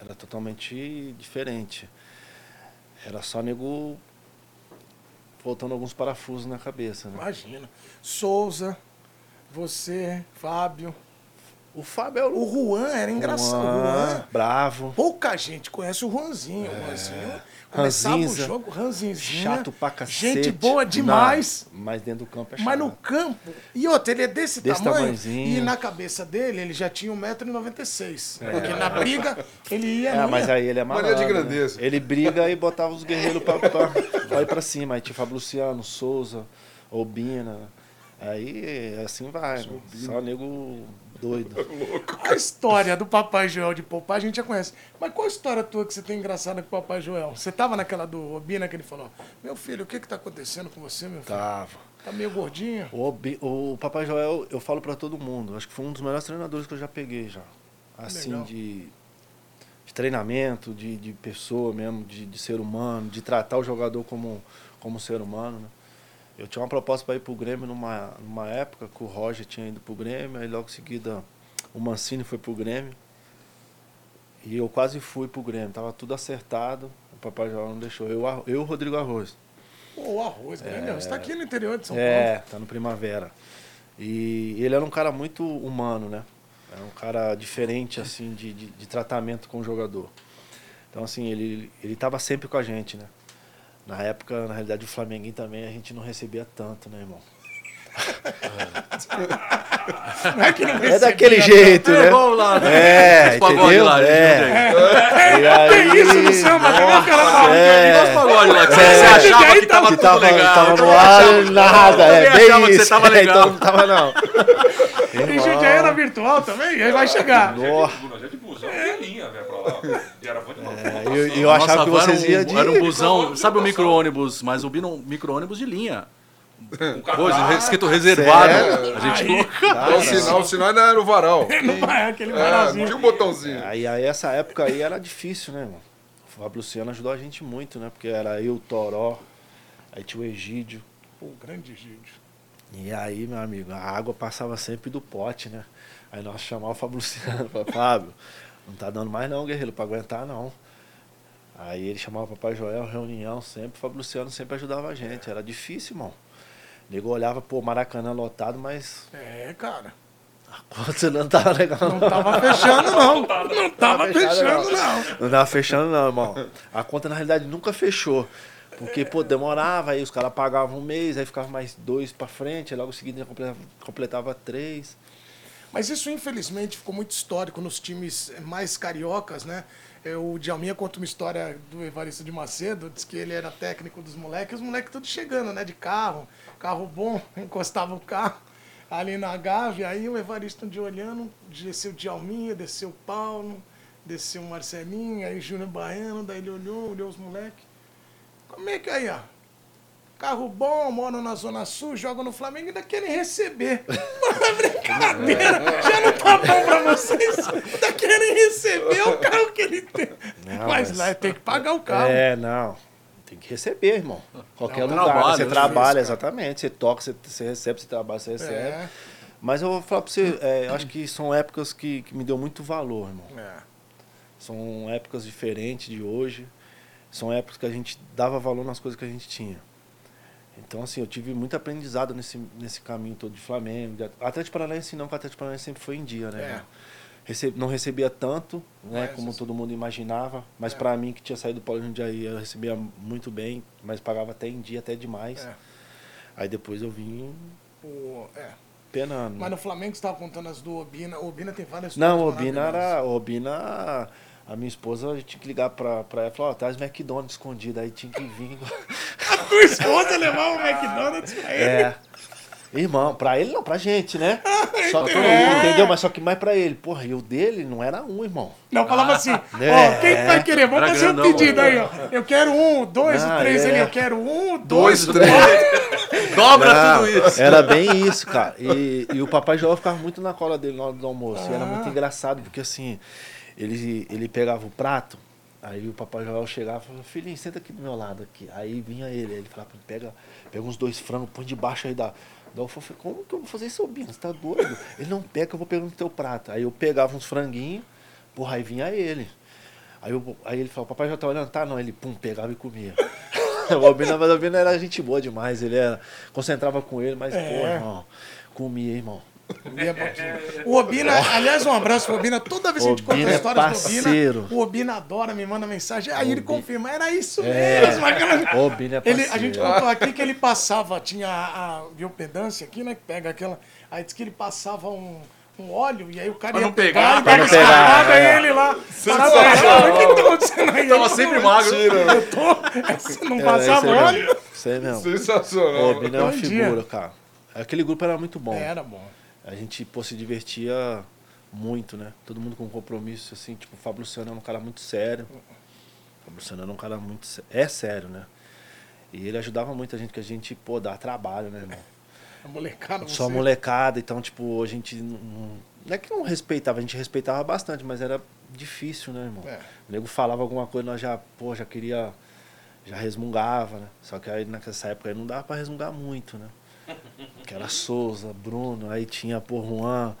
Era totalmente diferente. Era só nego voltando alguns parafusos na cabeça, né? Imagina. Souza, você, Fábio. O Fábio é o O Juan era engraçado. né? O Juan bravo. Pouca gente conhece o Ranzinho. O Ranzinho começava É. Ranzinza. o jogo, Ranzinzinho. Chato pra cacete. Gente boa demais. Não, mas dentro do campo é chato. Mas no campo, e outra, ele é desse, Desse tamanho, tamanhozinho. e na cabeça dele ele já tinha 1,96m. Porque na briga ele ia. É, não mas ia. aí ele é Mania malandro. de grandeza. né? Ele briga e botava os guerreiros pra, pra, pra ir pra cima. Aí tinha Fábio Luciano, Souza, Obina. Aí assim vai. né? Só nego doido. A história do Papai Joel de poupar a gente já conhece. Mas qual a história tua que você tem engraçada com o Papai Joel? Você tava naquela do Obina que ele falou: Meu filho, o que que tá acontecendo com você, meu filho? Tava. Tá meio gordinho? O, Obi- o Papai Joel, eu falo pra todo mundo, acho que foi um dos melhores treinadores que eu já peguei já. Assim, Legal. de, de treinamento, de, de pessoa mesmo, de, de ser humano, de tratar o jogador como, como ser humano, né? Eu tinha uma proposta para ir pro Grêmio numa, numa época que o Roger tinha ido pro Grêmio, aí logo em seguida o Mancini foi pro Grêmio. E eu quase fui pro Grêmio, tava tudo acertado, o Papai Joel não deixou. Eu Ar- eu e o Rodrigo Arroz. Pô, o arroz, né? Você tá aqui no interior de São Paulo. É, tá no Primavera. E ele era um cara muito humano, né? Era um cara diferente, assim, de, de, de tratamento com o jogador. Então, assim, ele, ele tava sempre com a gente, né? Na época, na realidade, o Flamenguinho também a gente não recebia tanto, né, irmão? Não é que não É recebia daquele jeito, né? Vamos lá, né? É, Os pagode entendeu? lá, eles não é. E aí, Tem isso no samba, tá vendo, cara? Os é, pagode lá, que você É. achava que Que tava- que tava tudo tava, legal. tava no ar, nada, é, também bem achava que você isso. tava legal. Então não tava, não. Tem gente aí era virtual também, aí vai chegar. Nossa. Nós já é de busão, é linha, velho, pra lá. E era fã de novo. É, eu, eu achava que era vocês um- iam de... Era um busão, sabe o micro-ônibus, mas o bino- micro-ônibus de linha. Um cara Coisa, lá, escrito reservado. A gente colocava. o, sinal, o sinal ainda era o varal. Não vai, aquele É, varalzinho. não tinha um botãozinho. Aí, aí essa época aí era difícil, né, mano? O Fábio Luciano ajudou a gente muito, né? Porque era eu, o Toró, aí tinha o Egídio. Pô, grande gente. E aí, meu amigo, a água passava sempre do pote, né? Aí nós chamávamos o Fábio Luciano, falava, Fábio, não tá dando mais não, guerreiro, pra aguentar não. Aí ele chamava o Papai Joel, reunião sempre, o Fábio Luciano sempre ajudava a gente. Era difícil, irmão. O nego olhava, pô, Maracanã lotado, mas É, cara. a conta não tava legal não. Tava fechando, não. Não tava fechando, né? não. Não tava fechando, não, irmão. A conta, na realidade, nunca fechou. Porque, pô, demorava, aí os caras pagavam um mês, aí ficava mais dois pra frente, aí logo em seguida já completava, completava três. Mas isso, infelizmente, ficou muito histórico nos times mais cariocas, né? É, O Djalminha conta uma história do Evaristo de Macedo, diz que ele era técnico dos moleques, os moleques todos chegando, né? De carro, carro bom, encostava o carro ali na Gávea, aí o Evaristo um dia olhando, desceu o Djalminha, desceu o Paulo, desceu o Marcelinho, aí o Júnior Baiano, daí ele olhou, olhou os moleques. Como é que aí, ó? Carro bom, moro na Zona Sul, jogo no Flamengo e ainda querem receber. Mano, é É. brincadeira, já não tá bom pra vocês. Ainda querem receber o carro que ele tem. Não, mas, mas- lá tem que pagar o carro. É, não. Tem que receber, irmão. Qualquer É um lugar. trabalho, né? Você né? trabalha, exatamente. Você toca, você, você recebe, você trabalha, você recebe. É. Mas eu vou falar pra você, é, eu acho que são épocas que, que me deu muito valor, irmão. É. São épocas diferentes de hoje. São épocas que a gente dava valor nas coisas que a gente tinha. Então, assim, eu tive muito aprendizado nesse, nesse caminho todo de Flamengo. de At- Atlético Paranaense não, porque o Atlético Paranaense sempre foi em dia, né? É. irmão? rece- não recebia tanto, né, como todo mundo imaginava, mas É. pra mim que tinha saído do Paulo Jundiaí, eu recebia muito bem, mas pagava até em dia, até demais. É. Aí depois eu vim O- é. penando. Mas no Flamengo você estava contando as do Obina. O Obina tem várias né? Não, o histórias Obina maravilhosas. era. o Obina. A minha esposa, a gente tinha que ligar pra, pra ela e falar, ó, traz McDonald's escondido, aí tinha que vir. Tua esposa levava o McDonald's pra ele. É. Irmão, pra ele não, pra gente, né? Só todo mundo, entendeu? É. Mas só que mais pra ele. Porra, e o dele não era um, irmão. Não, falava assim, ó, É. quem que vai querer? Vamos Era fazer um grandão, né? pedido aí, ó. Eu quero um, dois, Ah, três é. ali. Eu quero um, dois, Dois, três. Dobra Não, tudo isso. Era bem isso, cara. E, e o Papai Joel ficava muito na cola dele na hora do almoço. E era Ah. muito engraçado, porque assim, ele, ele pegava o prato, aí o Papai Joel chegava e falava, filhinho, senta aqui do meu lado aqui. Aí vinha ele, aí ele falava, pra ele, pega, pega uns dois frangos, põe debaixo aí da. da alfa." eu falei, como que eu vou fazer isso, Bino? Você tá doido? Ele não pega, eu vou pegar no teu prato. Aí eu pegava uns franguinhos, porra, aí vinha ele. Aí, eu- aí ele falou, papai já tá olhando, tá? Não, ele pum, pegava e comia. o Albino, mas o Albino era gente boa demais, ele era. Concentrava com ele, mas, pô, É. irmão, comia, irmão. Ele é bom demais. O Obina, aliás, um abraço pro Obina. Toda vez que a gente conta Obina é histórias do parceiro. Obina, o Obina adora, me manda mensagem. Aí ele Obi- confirma, era isso É. mesmo. Aquela... O Obina é ele, A parceiro. gente contou aqui que ele passava, tinha a, a biopedância aqui, né? Que pega aquela. Aí diz que ele passava um. um óleo, e aí o cara Pra ia não pegar. e Pra pega não essa pegar, parada, é. aí ele lá. parava, "Ah, O que que tá acontecendo aí? Tava Eu tô- sempre magro. Eu tô. Não Era É, esse passava aí mesmo, óleo? Isso aí mesmo. O Sensacional. Albino é uma Bom dia. figura, cara. Aquele grupo era muito bom. É, Era bom. A gente, pô, se divertia muito, né? Todo mundo com compromisso, assim. Tipo, o Fábio Luciano é um cara muito sério. O Fábio Luciano era um cara muito... sé- É sério, né? E ele ajudava muito a gente, que a gente, pô, dá trabalho, né, irmão? A molecada. Só você- molecada, então, tipo, a gente não- não... Não é que não respeitava, a gente respeitava bastante, mas era difícil, né, irmão? É. O nego falava alguma coisa, nós já, pô, já queria... Já resmungava, né? Só que aí nessa época aí não dava pra resmungar muito, né? Que era Souza, Bruno, aí tinha, pô, Juan.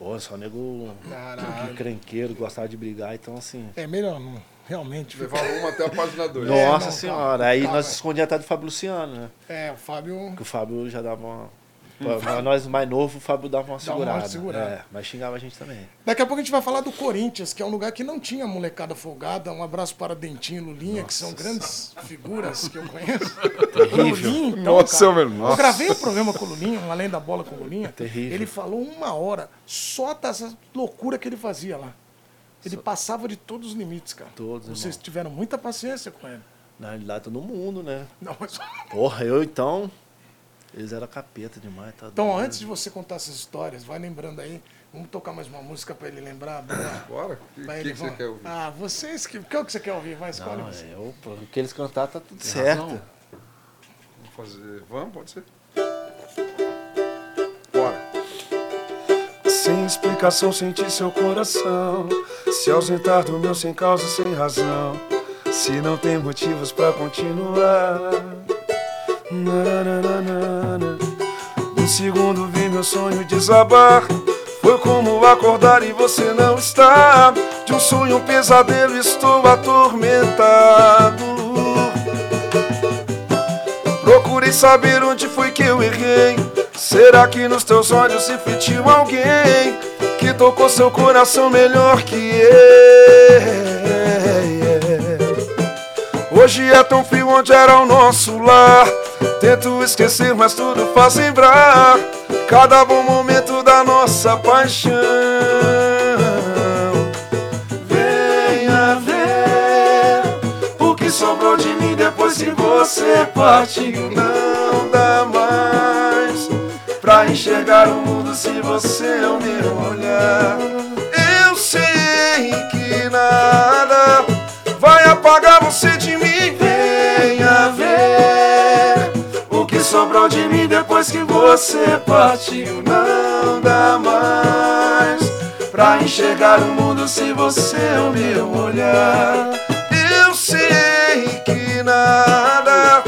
Pô, só nego Caralho. crenqueiro, gostava de brigar, então assim... É melhor não. Realmente. Levava uma até a página 2. não, Nossa É, calma, senhora, aí calma. nós escondíamos atrás do Fábio Luciano, né? É, o Fábio. Que o Fábio já dava uma. Pra- pra nós mais novo, o Fábio dava uma Dava uma segurada. segurada. É, mas xingava a gente também. Daqui a pouco a gente vai falar do Corinthians, que é um lugar que não tinha molecada folgada. Um abraço para Dentinho e Lulinha, que são grandes figuras que eu conheço. Lulinha, então, Nossa, cara, meu, Eu nossa. gravei um programa com o Lulinha, um Além da Bola com o Lulinha. Terrível. Ele falou uma hora só dessa loucura que ele fazia lá. Ele passava de todos os limites, cara. Todos, Vocês tiveram muita paciência com ele. Na realidade, todo mundo, né? Não, mas... Porra, eu então. Eles eram capeta demais, tá Então, doido. antes de você contar essas histórias, vai lembrando aí. Vamos tocar mais uma música para ele lembrar. Bora. Bora. O que, Vai, que, que Erivan. você quer ouvir? Ah, vocês que. Qual que você quer ouvir? Vai, escolhe Não, você. é, eu, pô, o que eles cantar tá tudo certo. razão. Vamos fazer. Vamos, pode ser? Bora. Sem explicação senti seu coração Se ausentar do meu sem causa, sem razão Se não tem motivos pra continuar Nananana. Um segundo vi meu sonho desabar Foi como acordar e você não está De um sonho um pesadelo estou atormentado Procurei saber onde foi que eu errei. Será que nos teus olhos se refletiu alguém que tocou seu coração melhor que eu? Hoje é tão frio onde era o nosso lar. Tento esquecer, mas tudo faz lembrar cada bom momento da nossa paixão. Venha ver o que sobrou de mim depois que você partiu. Não dá mais pra enxergar o mundo se você é o meu olhar. Eu sei que nada vai apagar você de mim. Venha ver o que sobrou de mim depois que você partiu. Não dá mais pra enxergar o mundo se você é o meu olhar. Eu sei que nada.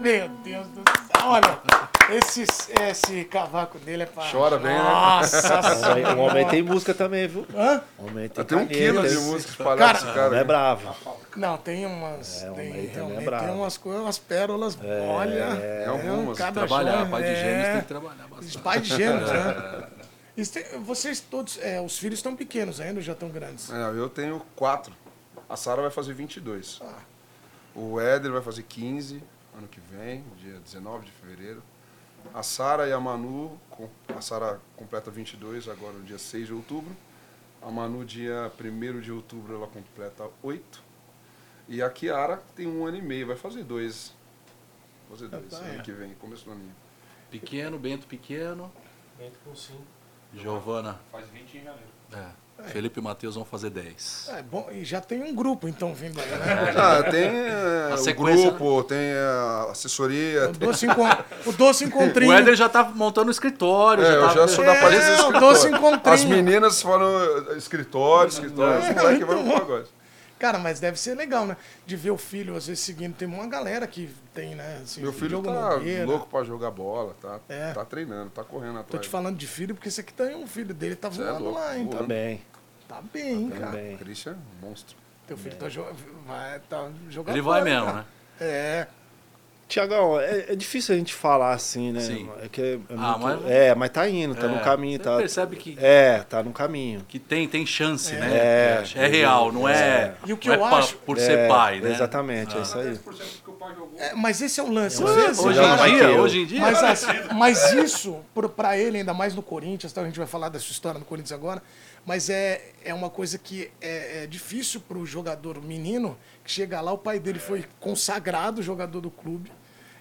Meu Deus do céu. Olha, esses, é, esse cavaco dele é pra. Chora bem, né? Nossa senhora. O Um homem tem música também, viu? Hã? O homem tem, Tem um caneta, quilo de esse- música espalhada Cara, esse Não é cara. bravo. Não, tem umas. É, o tem, homem também é realmente, tem bravo. umas coisas, umas pérolas. olha. É, algumas, cada Trabalhar, joia, pai de gêmeos é. tem que trabalhar bastante. Os pais de gêmeos, né? Isso tem- vocês todos. é, os filhos estão pequenos ainda ou já estão grandes? É, eu tenho quatro. A Sara vai fazer 22. O Éder vai fazer 15 ano que vem, dia 19 de fevereiro. A Sara e a Manu, com- a Sara completa 22 agora no dia 6 de outubro. A Manu, dia 1 de outubro, ela completa 8. E a Kiara tem um ano e meio, vai fazer dois. Fazer dois tá, ano é. que vem, começo do ano. Pequeno, Bento pequeno, Dentro com cinco. Giovana, Faz 20 em janeiro. é, Felipe e Matheus vão fazer 10. É, bom, e já tem um grupo então vindo aí, né? Ah, tem eh, É. A o sequência, grupo, tem a assessoria. O tem- doce, encon... o doce encontrinho. O Éder já tá montando o escritório, É, já eu tá... já sou da É, parede do eu escritório. dou esse encontrinho. As meninas falam eh, escritório, escritório. Os moleques vão pro pagode. Cara, mas deve ser legal, né? De ver o filho, às vezes, seguindo. Tem uma galera que tem, né? assim, Meu filho Diogo tá Nogueira. louco pra jogar bola, tá, É. tá treinando, tá correndo atrás. Tô te falando de filho, porque esse aqui tem um filho dele, tá é voando louco, lá, hein? Tá, Também. tá bem, hein, cara. Cara, também. o Christian é um monstro. Teu filho tá, jo... vai, tá jogando. Ele vai bola, mesmo, cara. né? É. Tiagão, é, é difícil a gente falar assim, né? Sim. É, que é, é Ah, muito- mas- é, mas tá indo, tá É, no caminho. você Tá, percebe que- É, tá no caminho. Que tem, tem chance, né? É. É real, não é, E o que não eu é pa- acho- por É, ser pai, né? Exatamente, é isso aí. 10% que o pai jogou. É, Mas esse é o lance. Às Hoje- vezes, Hoje cara, vai em ter dia, o- hoje em dia... Mas, as- mas isso, pro- pra ele, ainda mais no Corinthians, tá? a gente vai falar dessa história no Corinthians agora, mas é, é uma coisa que é, é difícil pro jogador menino, que chega lá, o pai dele foi consagrado jogador do clube,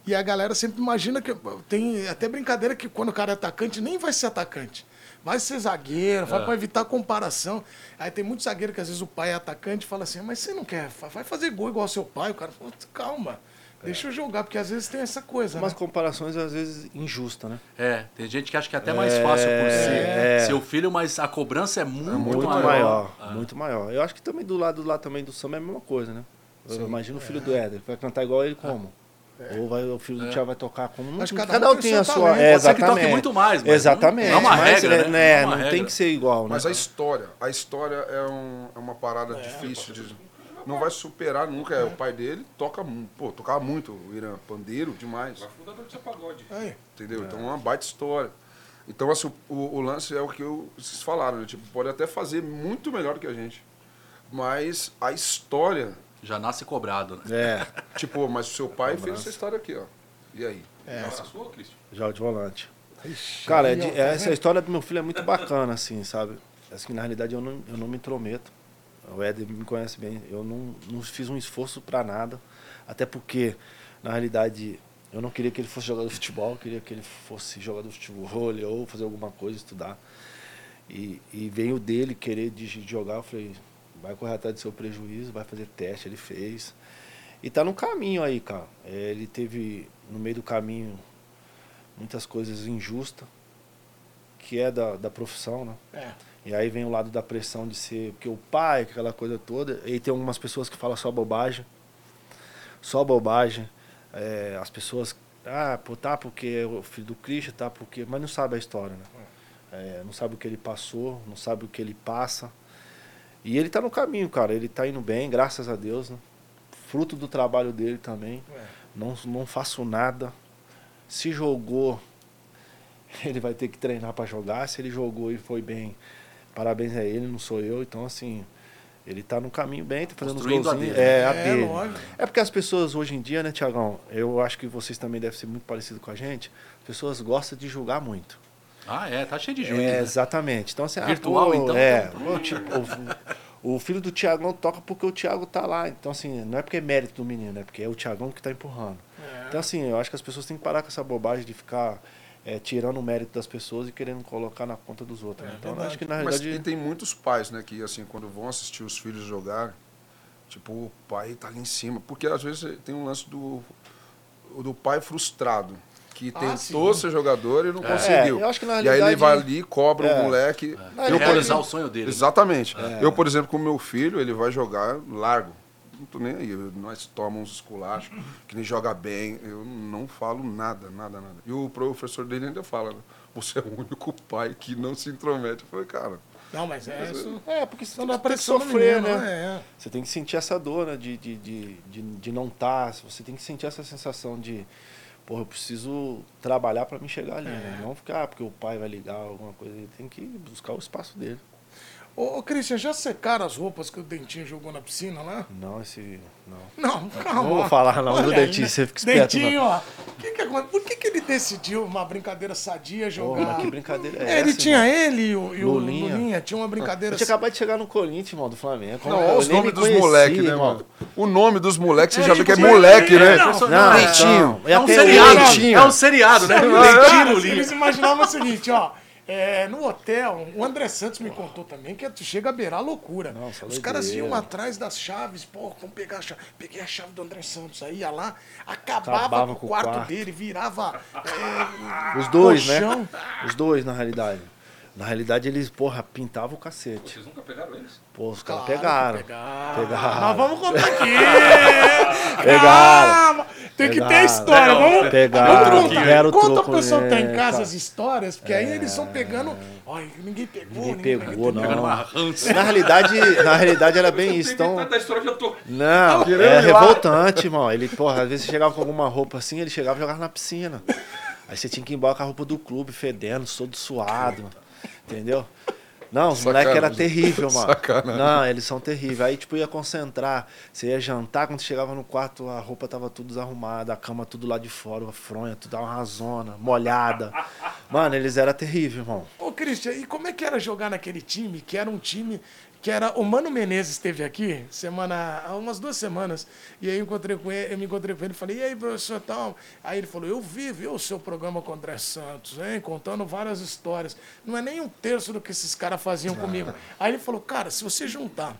e a galera sempre imagina que. Tem até brincadeira que quando o cara é atacante, nem vai ser atacante. Vai ser zagueiro, vai pra evitar comparação. Aí tem muito zagueiro que às vezes o pai é atacante e fala assim, mas você não quer, fa- vai fazer gol igual seu pai. O cara fala, calma, deixa eu jogar, porque às vezes tem essa coisa. Umas né? comparações às vezes injustas, né? É, tem gente que acha que é até mais fácil por ser é. seu filho, mas a cobrança é muito, Muito, maior. É. maior, muito maior. Eu acho que também do lado lá também do samba é a mesma coisa, né? Eu imagino o É. filho do Éder, vai cantar igual ele como? Ou vai, o filho do Tiago vai tocar como? Não, Mas tem- cada cada, um um tem tem seu a sua. talento. É, Pode ser É. que toque exatamente. muito mais, mas não- exatamente. não é uma Mas, regra, é, né? Não é uma não tem regra. que ser igual, né? Mas é a história, a história é, um- é uma parada difícil de... Não vai superar nunca. É, O pai dele toca, mu- pô, tocava muito, o Irã, pandeiro, demais. Fundador do seu pagode. Aí. Entendeu? Então é uma baita história. Então, assim, o, o lance é o que eu, vocês falaram, né? Tipo, pode até fazer muito melhor do que a gente. Mas a história, Já nasce cobrado, né? É, tipo, mas o seu Um pai fez essa história aqui, ó. E aí? É. Era a sua, Cristian? já de volante. Cara, é de- aí, ó, tá essa vendo? história do meu filho é muito bacana, assim, sabe? Assim, na realidade eu não, eu não me intrometo. O Éder me conhece bem. Eu não, não fiz um esforço pra nada. Até porque, na realidade, eu não queria que ele fosse jogador de futebol, eu queria que ele fosse jogador de futebol ou fazer alguma coisa, estudar. E, e veio dele querer de, de jogar, eu falei, vai correr atrás do seu prejuízo, vai fazer teste, ele fez. E tá no caminho aí, cara. É, Ele teve, no meio do caminho, muitas coisas injustas, que é da, da profissão, né? É. E aí vem o lado da pressão de ser, porque o pai, aquela coisa toda, e tem algumas pessoas que falam só bobagem, só bobagem. É, as pessoas, ah, pô, tá porque é o filho do Cristo, tá porque. Mas não sabe a história, né? É, não sabe o que ele passou, não sabe o que ele passa. E ele tá no caminho, cara, ele tá indo bem, graças a Deus, né? Fruto do trabalho dele também. É. Não, não faço nada. Se jogou, ele vai ter que treinar para jogar. Se ele jogou e foi bem, parabéns a ele, não sou eu. Então, assim, ele tá no caminho bem, tá fazendo os Construindo a golzinhos. dele, né? É, a É, dele. lógico. É porque as pessoas hoje em dia, né, Tiagão? Eu acho que vocês também devem ser muito parecidos com a gente. As pessoas gostam de julgar muito. Ah, é, tá cheio de juiz. É, né? Exatamente. Então, assim, ah, Virtual, pô, então, É, pô, ti- o, o filho do Tiagão toca porque o Tiago tá lá. Então, assim, não é porque é mérito do menino, é porque é o Tiagão que tá empurrando. Então, assim, eu acho que as pessoas têm que parar com essa bobagem de ficar é, tirando o mérito das pessoas e querendo colocar na conta dos outros. né? então, eu acho que, na Mas realidade... tem- tem muitos pais, né, que assim, quando vão assistir os filhos jogar, tipo, o pai tá ali em cima. Porque às vezes tem um lance do, do pai frustrado. Que Ah, tentou sim. ser jogador e não conseguiu. É. eu acho que, na e aí ele realidade- vai ali, cobra o É. moleque. Ele realizar o sonho dele. né? É. Exatamente. Eu, por exemplo, com o meu filho, ele vai jogar largo. não tô nem aí. Eu- Nós tomamos esculacho, que nem joga bem. Eu não falo nada, nada, nada. E o professor dele ainda fala, né? Você é o único pai que não se intromete. Eu falei, cara, Não, mas é isso. É, porque senão Tem dá que pra ter que sofrer, menino, né? né? Você tem que sentir essa dor, né? De, de, de, de, de não estar. Você tem que sentir essa sensação de, porra, eu preciso trabalhar pra me chegar ali, né? Não ficar, ah, porque o pai vai ligar, alguma coisa. Ele tem que buscar o espaço dele. É. Ô, ô, Christian, já secaram as roupas que o Dentinho jogou na piscina lá? Não, esse. Não. Não, calma. Não vou falar não, Olha do aí, Dentinho, né? você fica esperto. Dentinho, não. ó. Que que aconte- Por que, que ele decidiu uma brincadeira sadia jogar? Porra, mas que brincadeira é É, ele essa, tinha irmão? ele e o, e o Lulinha. Lulinha. Tinha uma brincadeira Eu tinha acabado de chegar no Corinthians, irmão, do Flamengo. Como não, que- olha eu os nem nomes me dos conheci, moleques, né, irmão. mano? O nome dos moleques, você já vê que é tipo, moleque, é, né? é, não, Não, Dentinho. então, é até um seriado. hoje. É um seriado, né? Cara, Dentinho assim, Lulinha. eles imaginavam o seguinte, ó. é, no hotel, o André Santos me contou também que tu chega a beirar a loucura. Nossa, Os caras doideira. iam atrás das chaves, pô, vamos pegar a chave. Peguei a chave do André Santos, aí ia lá, acabava, Acabava com com o o quarto, quarto. dele, virava. é, Os dois, Colchão. né? Os dois, na realidade. Na realidade, eles, porra, pintavam o cacete. Vocês nunca pegaram eles? Pô, os Claro caras que pegaram. pegaram. Pegaram. Nós vamos contar aqui! Pegaram. Calma! Tem que ter Pegaram. história, vamos, Pegaram. vamos contar. Deram o Conta pro troco pessoal que tá em nele, casa tá. as histórias, porque aí eles estão pegando. Olha, ninguém pegou, Ninguém pegou, não. Pegando uma rança. Na realidade, na realidade era bem isso. Tem Então, da história que eu tô. não, Querendo é ir lá. revoltante, irmão. Ele, porra, às vezes você chegava com alguma roupa assim, ele chegava e jogava na piscina. Aí você tinha que ir embora com a roupa do clube, fedendo, todo suado. Entendeu? Não, os Sacanagem. moleques eram terrível, mano. Sacanagem. Não, eles são terríveis. Aí, tipo, ia concentrar. Você ia jantar, quando chegava no quarto, a roupa tava tudo desarrumada, a cama tudo lá de fora, a fronha, tudo dava uma zona, molhada. Mano, eles eram terríveis, irmão. Ô, Christian, e como é que era jogar naquele time, que era um time que era. O Mano Menezes esteve aqui semana. há umas duas semanas. E aí eu encontrei com ele, eu me encontrei com ele e falei, e aí, professor tal? Aí ele falou, eu vi, viu o seu programa com o André Santos, hein? Contando várias histórias. Não é nem um terço do que esses caras faziam Ah. comigo. Aí ele falou, cara, se você juntar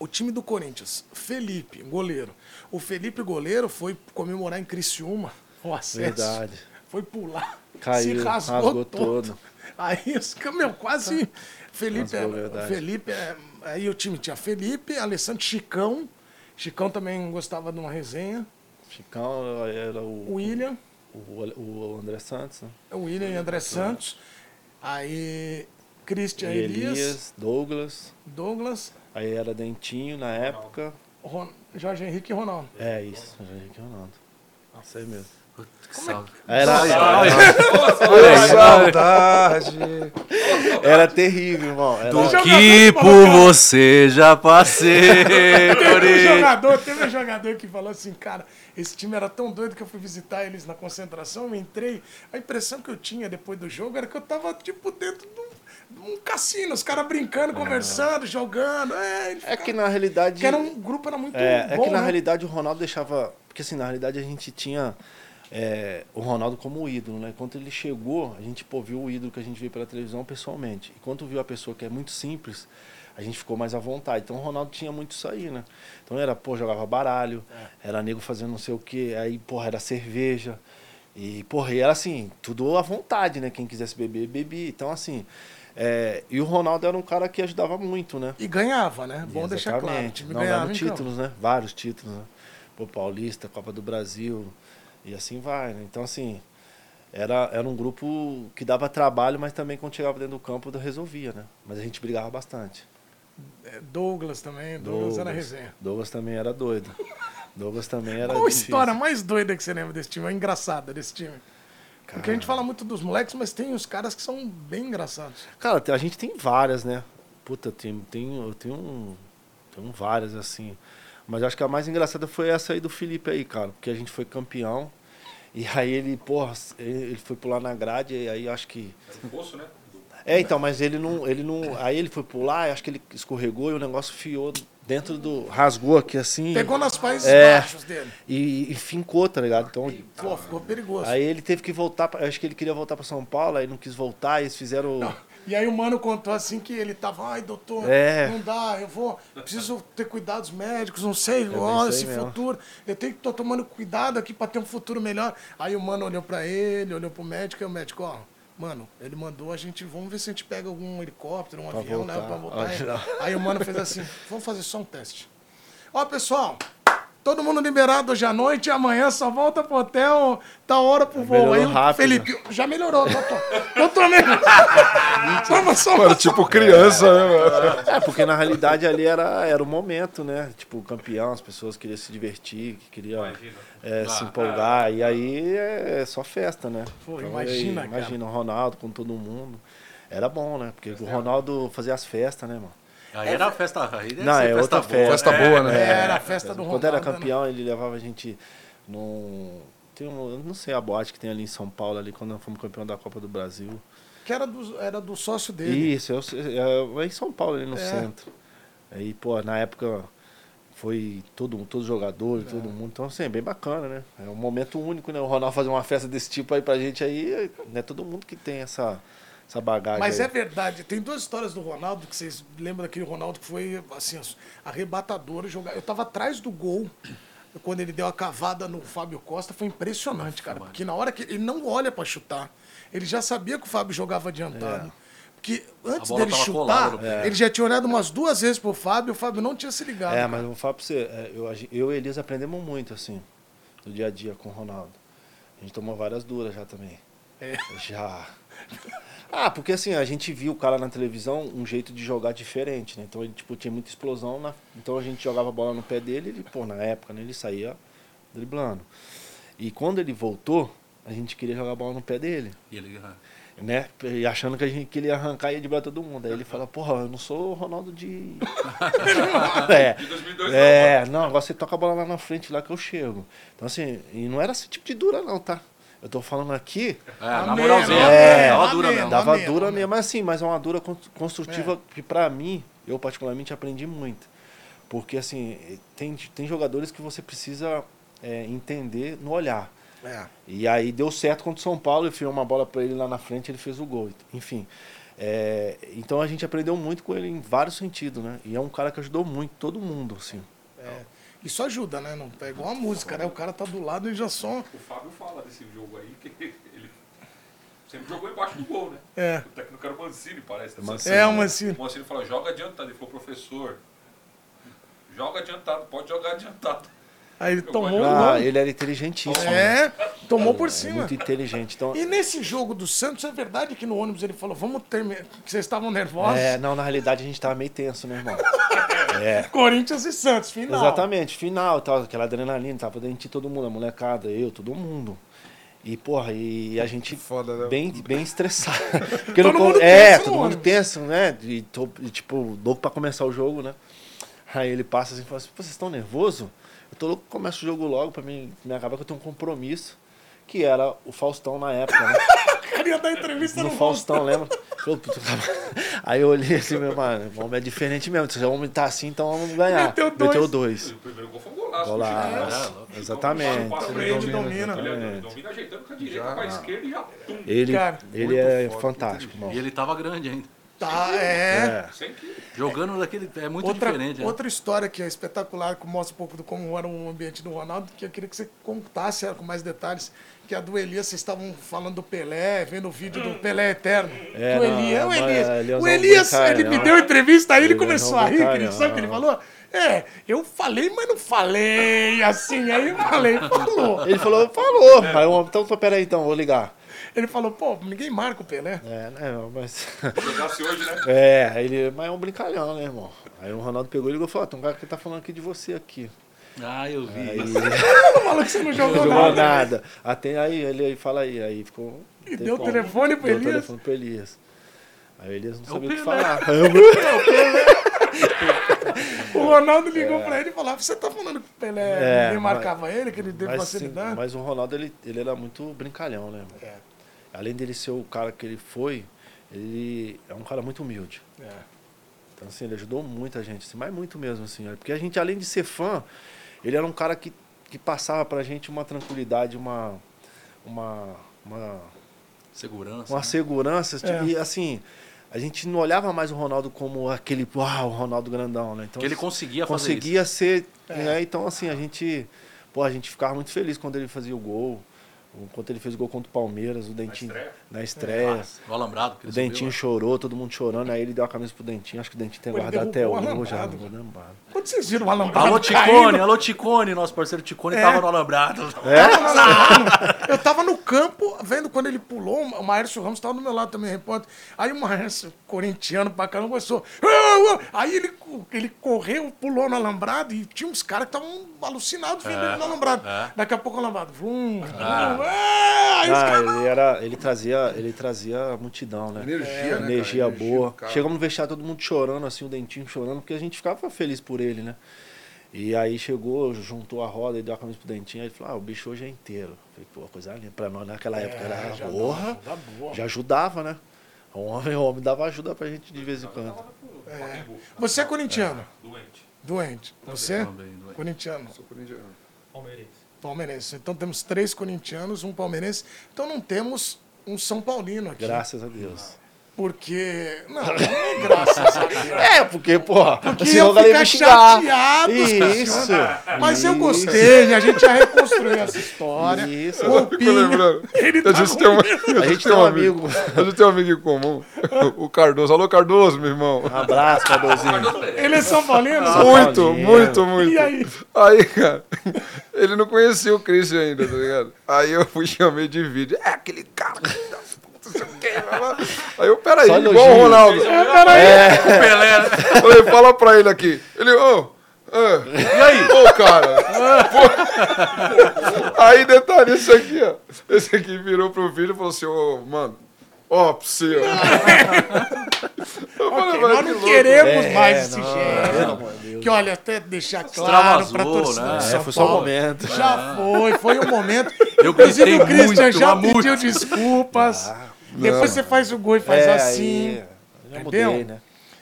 o time do Corinthians, Felipe, goleiro. O Felipe, goleiro, foi comemorar em Criciúma o acesso. Verdade. Foi pular. Caiu, se rasgou, rasgou todo. todo. Aí os caras, meu, quase. Felipe, Rasgou, é, verdade. Felipe é, aí o time tinha Felipe, Alessandro Chicão. Chicão também gostava de uma resenha. Chicão era O o, William, o, o André Santos, né? o William e André Santos. Aí Christian E Elias, Elias, Douglas. Douglas, Aí era Dentinho na época. Ron- Jorge Henrique e Ronaldo. É isso, Jorge Henrique Ronaldo. Isso aí mesmo. Salve. Era, É Saudade. era terrível, irmão. Era- O que por você já passei, Teve um Corinthians. jogador, teve um jogador que falou assim, cara, esse time era tão doido que eu fui visitar eles na concentração, eu entrei, a impressão que eu tinha depois do jogo era que eu tava, tipo, dentro de um, de um cassino, os caras brincando, conversando, jogando, é, ele Ah. É ficava- que na realidade. que era um grupo, era muito É, é bom, que na né? realidade o Ronaldo deixava. Porque assim, na realidade a gente tinha é, o Ronaldo como ídolo, né? Quando ele chegou, a gente pô, viu o ídolo que a gente vê pela televisão pessoalmente. E quando viu a pessoa que é muito simples, a gente ficou mais à vontade. Então o Ronaldo tinha muito isso aí, né? Então era, pô, jogava baralho, É. era nego fazendo não sei o quê, aí, porra, era cerveja. E, porra, e era assim, tudo à vontade, né? Quem quisesse beber, bebia. Então, assim. é, e o Ronaldo era um cara que ajudava muito, né? E ganhava, né? Bom deixar claro. o Exatamente. time Não, ganhava, ganhava então. títulos, né? Vários títulos, né? Pô, Paulista, Copa do Brasil, e assim vai, né? Então, assim, era, era um grupo que dava trabalho, mas também quando chegava dentro do campo, resolvia, né? Mas a gente brigava bastante. É, Douglas também, Douglas, era resenha. Douglas também era doido. Douglas também era Qual a difícil. história mais doida que você lembra desse time? A engraçada desse time? Porque a gente fala muito dos moleques, mas tem os caras que são bem engraçados. Cara, tem- a gente tem várias, né? Puta, tem, tem, eu tenho, um- tenho várias, assim. Mas acho que a mais engraçada foi essa aí do Felipe aí, cara. Porque a gente foi campeão. E aí ele, porra, ele ele foi pular na grade, e aí acho que. Era um poço, né? Do- É, então, mas ele não. Ele não. Aí ele foi pular, acho que ele escorregou e o negócio fiou dentro do. rasgou aqui assim. Pegou nas países É. baixos dele. E, e fincou, tá ligado? Então. Pô, ficou perigoso. Aí ele teve que voltar. Pra, acho que ele queria voltar pra São Paulo, aí não quis voltar, e eles fizeram. E aí o mano contou assim que ele tava, ai doutor, É. não dá, eu vou, preciso ter cuidados médicos, não sei, É bem ó, isso aí esse mesmo. futuro, eu tenho que tô tomando cuidado aqui pra ter um futuro melhor. Aí o mano olhou pra ele, olhou pro médico, e o médico, ó, mano, ele mandou a gente, vamos ver se a gente pega algum helicóptero, um avião, né, voltar. pra voltar. Ah, Aí, não. aí o mano fez assim, vamos fazer só um teste. Ó, pessoal, todo mundo liberado hoje à noite. Amanhã só volta pro hotel. Tá hora pro voo melhorou aí. O rápido. né?" Felipe, já melhorou, doutor. Doutor, melhorou. Vamos só. Mano, tipo criança, né, mano? É, porque na realidade ali era, era o momento, né? Tipo, o campeão, as pessoas queriam se divertir, que queriam é, se empolgar. E aí é, é só festa, né? Pô, Então, imagina, aí, cara. Imagina o Ronaldo com todo mundo. Era bom, né? Porque o Ronaldo fazia as festas, né, mano? Aí era a festa. Aí deve Não, ser é outra boa. festa. Festa boa, né? é. Era a festa do Ronaldo. Quando era né? campeão, ele levava a gente num. Tem um, eu não sei a boate que tem ali em São Paulo, ali quando nós fomos campeão da Copa do Brasil. Que era do, era do sócio dele. Isso, eu, eu, é em São Paulo, ali no centro. Aí, pô, na época foi todo mundo, todos os jogadores, todo mundo. Então, assim, é bem bacana, né? É um momento único, né? O Ronaldo fazer uma festa desse tipo aí pra gente aí, não é todo mundo que tem essa, essa bagagem. Mas aí. é verdade, tem duas histórias do Ronaldo que vocês lembram daquele Ronaldo que foi assim, arrebatador jogar. Eu tava atrás do gol quando ele deu a cavada no Fábio Costa, foi impressionante, cara, porque na hora que ele não olha pra chutar, ele já sabia que o Fábio jogava adiantado. Porque antes É. bola dele tava chutar, colada no pé. ele já tinha olhado umas duas vezes pro Fábio, o Fábio não tinha se ligado. É, cara. mas eu vou falar pra você, é, eu, a gen- eu e Elias aprendemos muito, assim, no dia a dia com o Ronaldo. A gente tomou várias duras já também. Já. Ah, porque assim, a gente viu o cara na televisão um jeito de jogar diferente, né? Então ele, tipo, tinha muita explosão, na- então a gente jogava a bola no pé dele, ele, pô, na época, né, ele saía driblando. E quando ele voltou, a gente queria jogar a bola no pé dele E ele- ah, né? E achando que, a gente, que ele ia arrancar e ia driblar todo mundo. Aí ele fala, porra, eu não sou o Ronaldo de. é, De 2002 não, é, não, agora você toca a bola lá na frente, lá que eu chego. Então assim, e não era esse tipo de dura, não, tá? Eu tô falando aqui, É, na Amém, moralzinha. amém, É. Dava amém. dura mesmo. Dá- dava mesmo, dura dá mesmo, mas assim, mas é uma dura con- construtiva que pra mim, eu particularmente aprendi muito. Porque assim, tem, tem jogadores que você precisa é, entender no olhar. É. E aí deu certo contra o São Paulo, eu fui uma bola para ele lá na frente, ele fez o gol. Enfim. é, então a gente aprendeu muito com ele em vários sentidos, né? E é um cara que ajudou muito todo mundo, assim. É. Isso ajuda, né? Não, é igual a música, né? O cara tá do lado e já só. O Fábio fala desse jogo aí que ele sempre jogou embaixo do gol, né? É. O técnico era o Mancini, parece. né? Mancini. É, uma assim. O Mancini fala, joga adiantado. Ele falou, professor, joga adiantado, pode jogar adiantado. Aí ele tomou o Ah, gol. ele era inteligentíssimo. né? É, tomou por É cima. muito inteligente. Então, E nesse jogo do Santos, é verdade que no ônibus ele falou, vamos terminar, que vocês estavam nervosos? é, não, na realidade a gente tava meio tenso, né, irmão? Corinthians e Santos, final. Exatamente, final e tal, aquela adrenalina, tava dentro de todo mundo, a molecada, eu, todo mundo. E, porra, e a gente foda, né? bem, bem estressado. Porque Todo não co- mundo é, tenso no todo mundo ônibus. tenso, né? E, tô- e, tipo, louco pra começar o jogo, né? Aí ele passa assim e fala assim, "Pô, vocês estão nervoso? Eu tô louco que comece o jogo logo pra mim me acabar que eu tenho um compromisso. Que era o Faustão na época, né? Queria dar entrevista no no, Faustão, lembra? Falou, "Puta, cara." Aí eu olhei assim, meu mano, o homem é diferente mesmo. Se o homem tá assim, então vamos ganhar. Meteu dois. Meteu dois. O primeiro gol foi um golaço. Golaço. É, Ele domina. É. Exatamente. Ele então, Ele Exatamente. domina ajeitando com a direita, com a esquerda e já tum. Ele, Cara, ele é fantástico, mano. E ele tava grande ainda. Tá, é. É. Sem que... Jogando daquele. É muito Outra, diferente. né? outra história que é espetacular, que mostra um pouco do como era o ambiente do Ronaldo, que eu queria que você contasse ela, com mais detalhes, que a do Elias, vocês estavam falando do Pelé, vendo o vídeo do Pelé Eterno. É, do não, Elias. é o uma- Elias, Elias o é um Elias ele brincalhão. me deu entrevista, aí ele Elias é um começou a rir, querido, sabe o que ele falou? brincalhão. É, eu falei, mas não falei, assim, aí eu falei, falou. É. Ele falou, falou. Aí o homem, então, pô, peraí, então, vou ligar. Ele falou, pô, ninguém marca o Pelé. É, né, mas. Jogasse hoje, né? É, aí ele, mas é um brincalhão, né, irmão? Aí o Ronaldo pegou e ligou e falou: ó, tem um cara que tá falando aqui de você aqui. Ah, eu vi. Aí isso. Não falou Tá que você não não jogou jogou nada. nada. Até aí, ele aí fala aí, aí ficou. um E deu o telefone pro deu o Elias? É telefone pro Elias. Aí o Elias não o sabia o que Pelé. falar. Aí eu- O Ronaldo ligou pra ele e falava: Você tá falando que o Pelé É, ninguém mas- marcava ele, que ele teve mas, sim, facilidade? mas o Ronaldo, ele, ele era muito brincalhão, né? irmão? É. Além dele ser o cara que ele foi, ele é um cara muito humilde. É. Então, assim, ele ajudou muita gente, assim, mas muito mesmo, assim. Porque a gente, além de ser fã, ele era um cara que, que passava pra gente uma tranquilidade, uma... uma, uma Segurança. uma segurança. tipo, É. E assim, a gente não olhava mais o Ronaldo como aquele, uau, o Ronaldo grandão, né? Então, Que ele conseguia fazer Conseguia ser. né? Então, assim, a gente. Pô, a gente ficava muito feliz quando ele fazia o gol. Enquanto ele fez o gol contra o Palmeiras, o Dentinho. estreia? Na estreia. No alambrado. que o ele Dentinho subiu, chorou, todo mundo chorando. Aí ele deu a camisa pro Dentinho. Acho que o Dentinho tem Pô, ele guardado até derrubou hoje. o hoje, alambrado. arrumou, lembrado. Quando vocês viram o alambrado Alô, Ticone, caindo, É. alô, Ticone, nosso parceiro Ticone tava no alambrado. É. eu tava no campo vendo quando ele pulou, o Maércio Ramos tava do meu lado também, repórter. Aí o Maércio, corintiano pra caramba, começou... "Ah, ah". Aí ele, ele correu, pulou no alambrado e tinha uns caras que estavam alucinados vendo É, ele no alambrado. Daqui a pouco o alambrado... Vum, vum, ah, aí os Ah, caras... ele, era, ele, trazia, ele trazia a multidão, né? Energia, né, cara? Energia Energia do boa. cara. Chegamos no vestiário, todo mundo chorando, assim, o Dentinho chorando, porque a gente ficava feliz por ele, né? E aí chegou, juntou a roda e deu a camisa pro Dentinho. Aí ele falou, ah, o bicho hoje é inteiro. Falei, pô, coisa linda. Pra nós naquela É, época era já porra, já ajudava, né? O homem, o homem dava ajuda pra gente de vez em quando. Você é corintiano, Doente. doente. Você? também, doente. Corintiano. Sou corintiano. Palmeirense. Palmeirense. Então temos três corintianos, um palmeirense. Então não temos um São Paulino aqui. Graças a Deus. Porque. Não, não é graças a Deus. É, porque, porra, porque iam senão ela ia ficar me xingar. chateados, cara. Isso. Mas eu gostei, a gente já reconstruiu assim. essa história. Isso. Tô lembrando. Eu disse que tem um- eu A disse gente que tem tem um um amigo. Eu disse que tem um amigo em comum. O Cardoso. Alô, Cardoso, meu irmão. Um abraço, Cadeuzinho. Ele é São Paulino? Muito, Paulinho. muito, muito. E aí? Aí, cara, ele não conhecia o Christian ainda, tá ligado? Aí eu fui chamei de vídeo. É aquele cara que dá puta, sei o quê, blá, blá. Aí eu, peraí, Só igual elogio. É. o Ronaldo. É, Pelé, né? Falei, fala pra ele aqui. Ele, ô. e aí? Ô, cara. pô. Aí, detalhe, esse aqui, ó. Esse aqui virou pro filho e falou assim, ô, mano, ó, pra você, ó. Eu falei, Ok, "Vai, nós que não louco." queremos É, mais esse não, pelo amor gênero. de Deus. Que olha, até deixar claro pra Extravasou, torcida. né? do É, São foi só um Paulo. momento. Já foi, foi um momento. Eu Inclusive gritei o Christian Ah. muito, já uma É, multa. pediu desculpas. Ah, Depois você faz o gol e É, faz assim. já entendeu? mudei, né?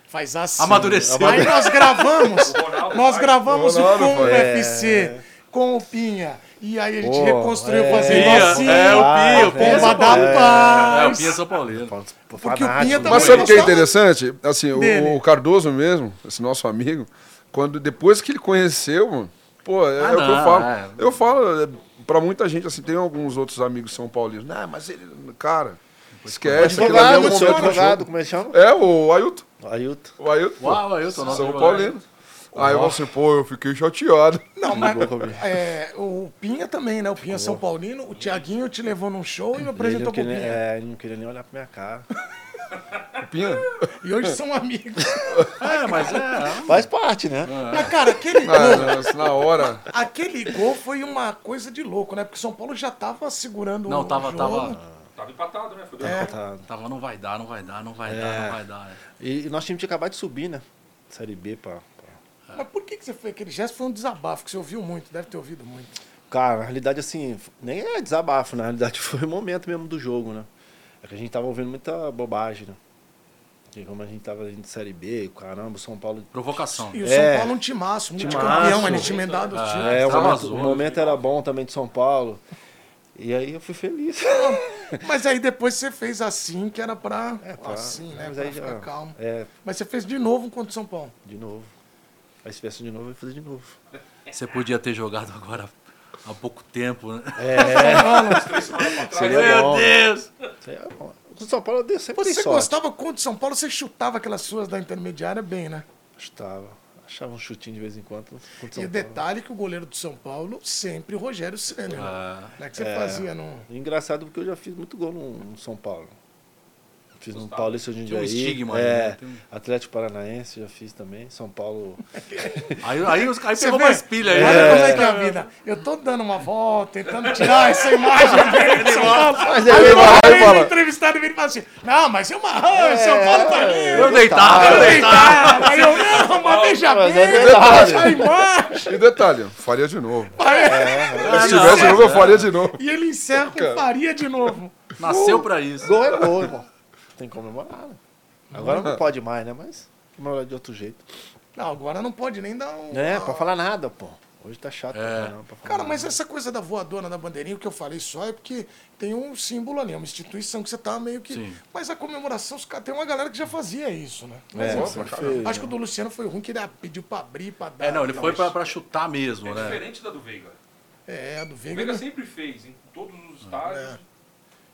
Faz assim. Amadureceu. Aí nós gravamos. Ronaldo nós faz. gravamos o Ronaldo Combo faz. FC com o Pinha. E aí a gente Pô, reconstruiu é. fazendo Pia, assim. é, o Ah, Pia, o Pia é Pomba São da Paulino. É, o paz. Pia é São Paulino. Porque o Pinha tá Fanático, né? também- Mas sabe o que é gostava interessante? Assim, dele. o, o Cardoso mesmo, esse nosso amigo, quando depois que ele conheceu, mano, pô, é, Ah, é o que eu não, falo. é. Eu falo é, pra muita gente, assim, tem alguns outros amigos são paulinos. Não, mas ele, cara, esquece. aquilo ali é um Advogado, né, seu momento do advogado, jogo." como é que chama? É, o Ailton. Ailton. O Ailton. pô, Uau, aí eu tô São Paulino. Aí eu falo assim, pô, eu fiquei chateado. Não, mas é, o Pinha também, né? O Pinha São Paulino. O Tiaguinho te levou num show e me Ele não, apresentou pro queria, Pinha. é, ele não queria nem olhar pra minha cara. Pinha. E hoje são amigos. É, mas é. Faz parte, né? Mas, cara, aquele gol, Ah, não, assim, na hora. aquele gol foi uma coisa de louco, né? Porque o São Paulo já tava segurando Não, o tava, jogo. tava. Tava empatado, né? Foi É. dois a um. Tá. Tava, não vai dar, não vai dar, não É. vai dar, não vai dar. né? E, e nosso time tinha acabado de subir, né? Série B, pá. pá. Mas por que, que você fez aquele gesto? Foi um desabafo que você ouviu muito, deve ter ouvido muito. Cara, na realidade, assim, nem é desabafo, na realidade foi o momento mesmo do jogo, né? É que a gente tava ouvindo muita bobagem, né? Porque como a gente tava de Série B, caramba, o São Paulo. Provocação. E o É. São Paulo é um timaço, multicampeão, Timaço. ele tinha emendado os times. É, o Ah, tava momento, zoando, o momento era bom também de São Paulo. E aí eu fui feliz. Mas aí depois você fez assim, que era pra. assim, né? Tá, Mas pra aí ficar já- calmo. É, Mas você fez de novo um contra o São Paulo. de novo. Aí se tivesse de novo, eu ia fazer de novo. Você podia ter jogado agora há pouco tempo, né? É. Seria Meu bom. né? Deus! Seria é bom. O São Paulo deu sempre Você tem sorte. gostava contra o São Paulo, você chutava aquelas suas da intermediária bem, né? Chutava. Achava um chutinho de vez em quando. um contra e São o detalhe que o goleiro do São Paulo sempre o Rogério Senna. Né, que você fazia no. Paulo. É Engraçado porque eu já fiz muito gol no, no São Paulo. Fiz no Paulista de um Tem um estigma ali, é, né? Tem um- Atlético Paranaense já fiz também. São Paulo. Aí, aí, os- aí Você pegou vê? mais pilha aí. Olha né? como é que é a vida. Eu tô dando uma volta, tentando tirar essa imagem dele de São Paulo. Mas ele aí vai vai, falar. entrevistado vira e fala assim, não, mas eu marranho, São Paulo tá Eu lindo. deitava, eu Eu deitava. deitava. Aí eu, não, Ah, mas veja Mas bem, é deixa a verdade. imagem. E detalhe, faria de novo. Se Ah, não. é. tivesse um de novo, eu faria de novo. E ele encerra com faria de novo. né? Nasceu pra isso. Gol é gol, irmão. Tem que comemorar, né? Agora não pode mais, né? Mas comemorar de outro jeito. Não, agora não pode nem dar um... É, pra falar nada, pô. Hoje tá chato. É. pra caramba pra falar Cara, nada. mas essa coisa da voadora na bandeirinha, o que eu falei só é porque tem um símbolo ali, é uma instituição que você tá meio que. Sim. Mas a comemoração, os caras- tem uma galera que já fazia isso, né? É, Mas, sempre enfim, fez, acho que o do Luciano foi ruim, que ele ah, pediu pra abrir, pra dar. É, não, ele tal, foi mas- pra, pra chutar mesmo, É né? diferente da do Veiga. É, do O Veiga. Veiga né? sempre fez, em todos os É. estágios.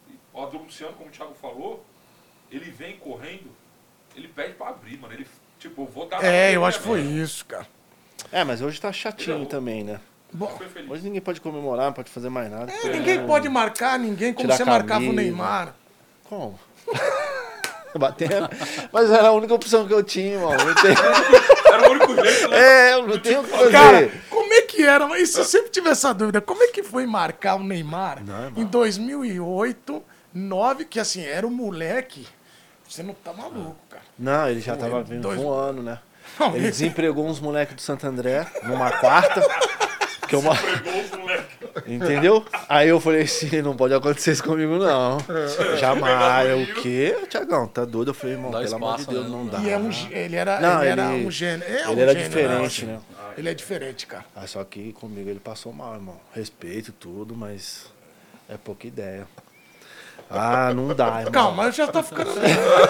E O Adão Luciano, como o Thiago falou, ele vem correndo, ele pede pra abrir, mano. Ele, tipo, eu vou dar. na É, eu dele, acho que né, foi mano? isso, cara. É, mas hoje tá chatinho também, né? Bom, Foi feliz. Hoje ninguém pode comemorar, não pode fazer mais nada. é, ninguém pode marcar ninguém como Tirar você marcava o camisa. Neymar. Como? Batendo. Mas era a única opção que eu tinha, mano. Não tem- Era o único jeito, né? É, eu não tenho o que fazer. Cara, como é que era? Mas eu sempre tive essa dúvida. Como é que foi marcar o Neymar em 2008, 9, que assim, era o moleque. Você não tá maluco, Ah, cara. Não, ele já tava ele- vindo dois- um ano, né? Não, Ele ele- desempregou uns moleques do Santo André numa quarta. Que eu... ma- Pegou os moleque. Entendeu? Aí eu falei assim, não pode acontecer isso comigo, não. Jamais. Eu, O quê? Tiagão, tá doido? Eu falei, irmão, Dá pelo amor de espaço, Deus, né? não dá. E é um, gê- ele era, tá. Não, ele era ele- um gênio. É ele um era gênio, diferente, né? Ele é diferente, cara. Ah, só que comigo ele passou mal, irmão. Respeito tudo, mas é pouca ideia. Ah, não dá, irmão. Calma, eu já tô ficando.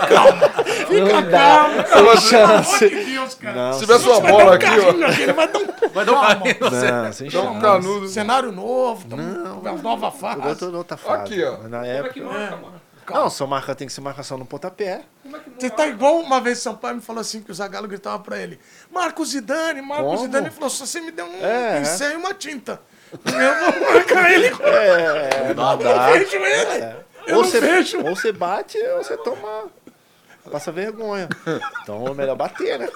calma. Fica Não dá. calma, Sem calma. chance. Pelo amor de Deus, cara. Não, Se tiver sua Vai dar bola um aqui, ó. carrinho aqui, ele vai dar um Vai dar um Calma. carrinho. não, sem Dá um chance. canudo. cenário novo, tá uma nova fase. Eu tô na outra fase. Aqui, ó. Mas Na Como é que época... marca, mano? Não, só marca tem que ser marcação no pontapé. Como é que não Você marca? tá igual uma vez Sampaio me falou assim que o Zagallo gritava pra ele: Marcos Zidane, Marcos Como? Zidane. Ele falou: só você me deu um É. pincel e uma tinta. Eu vou marcar ele. É, não dá. Eu vejo ele. Eu ou não É. você, vejo. ou você bate ou você toma. Passa vergonha. Então é melhor bater, né?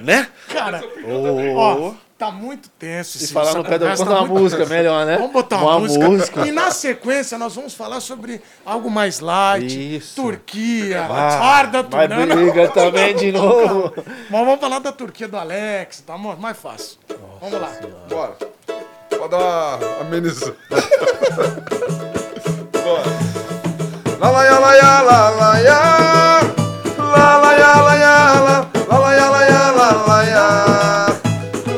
né? Cara, Ou ó, tá muito tenso. se Cid, falar essa no pé do conversa pão da tá muito música, tensa. melhor, né? Vamos botar uma, música. E na sequência nós vamos falar sobre algo mais light, Isso. Turquia, Ah, Arda vai Turana. briga também de novo. Mas vamos falar da Turquia do Alex, tá amor? Mais fácil. vamos lá. Bora. Pra dar uma amenizada. Bora. Lá, lá, lá, lá, lá, lá, lá, lá. Lá, lá, lá, lá, lá, lá. Lá, lá, lá, lá, lá, lá, lá.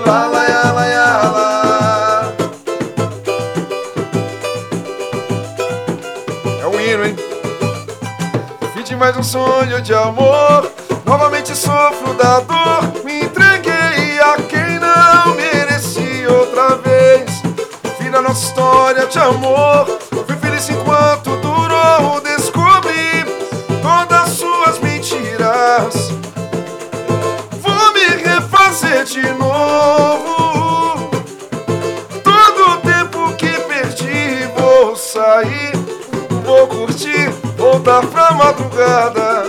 Lá, lá, lá, lá, lá, lá. É um hino, hein? Fim de mais um sonho de amor. Novamente sofro da dor. Me entreguei a quem não mereci outra vez. Fim da nossa história de amor. Fui feliz enquanto durou. Descobri todas suas mentiras. Vou me refazer de novo. Todo o tempo que perdi, vou sair, vou curtir, voltar pra madrugada.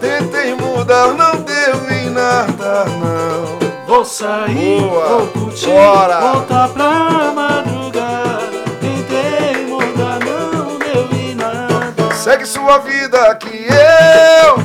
Tentei mudar, não deu em nada, não. Vou sair, Boa. vou curtir, Bora. voltar pra madrugada. Tentei mudar, não deu em nada. Segue sua vida que eu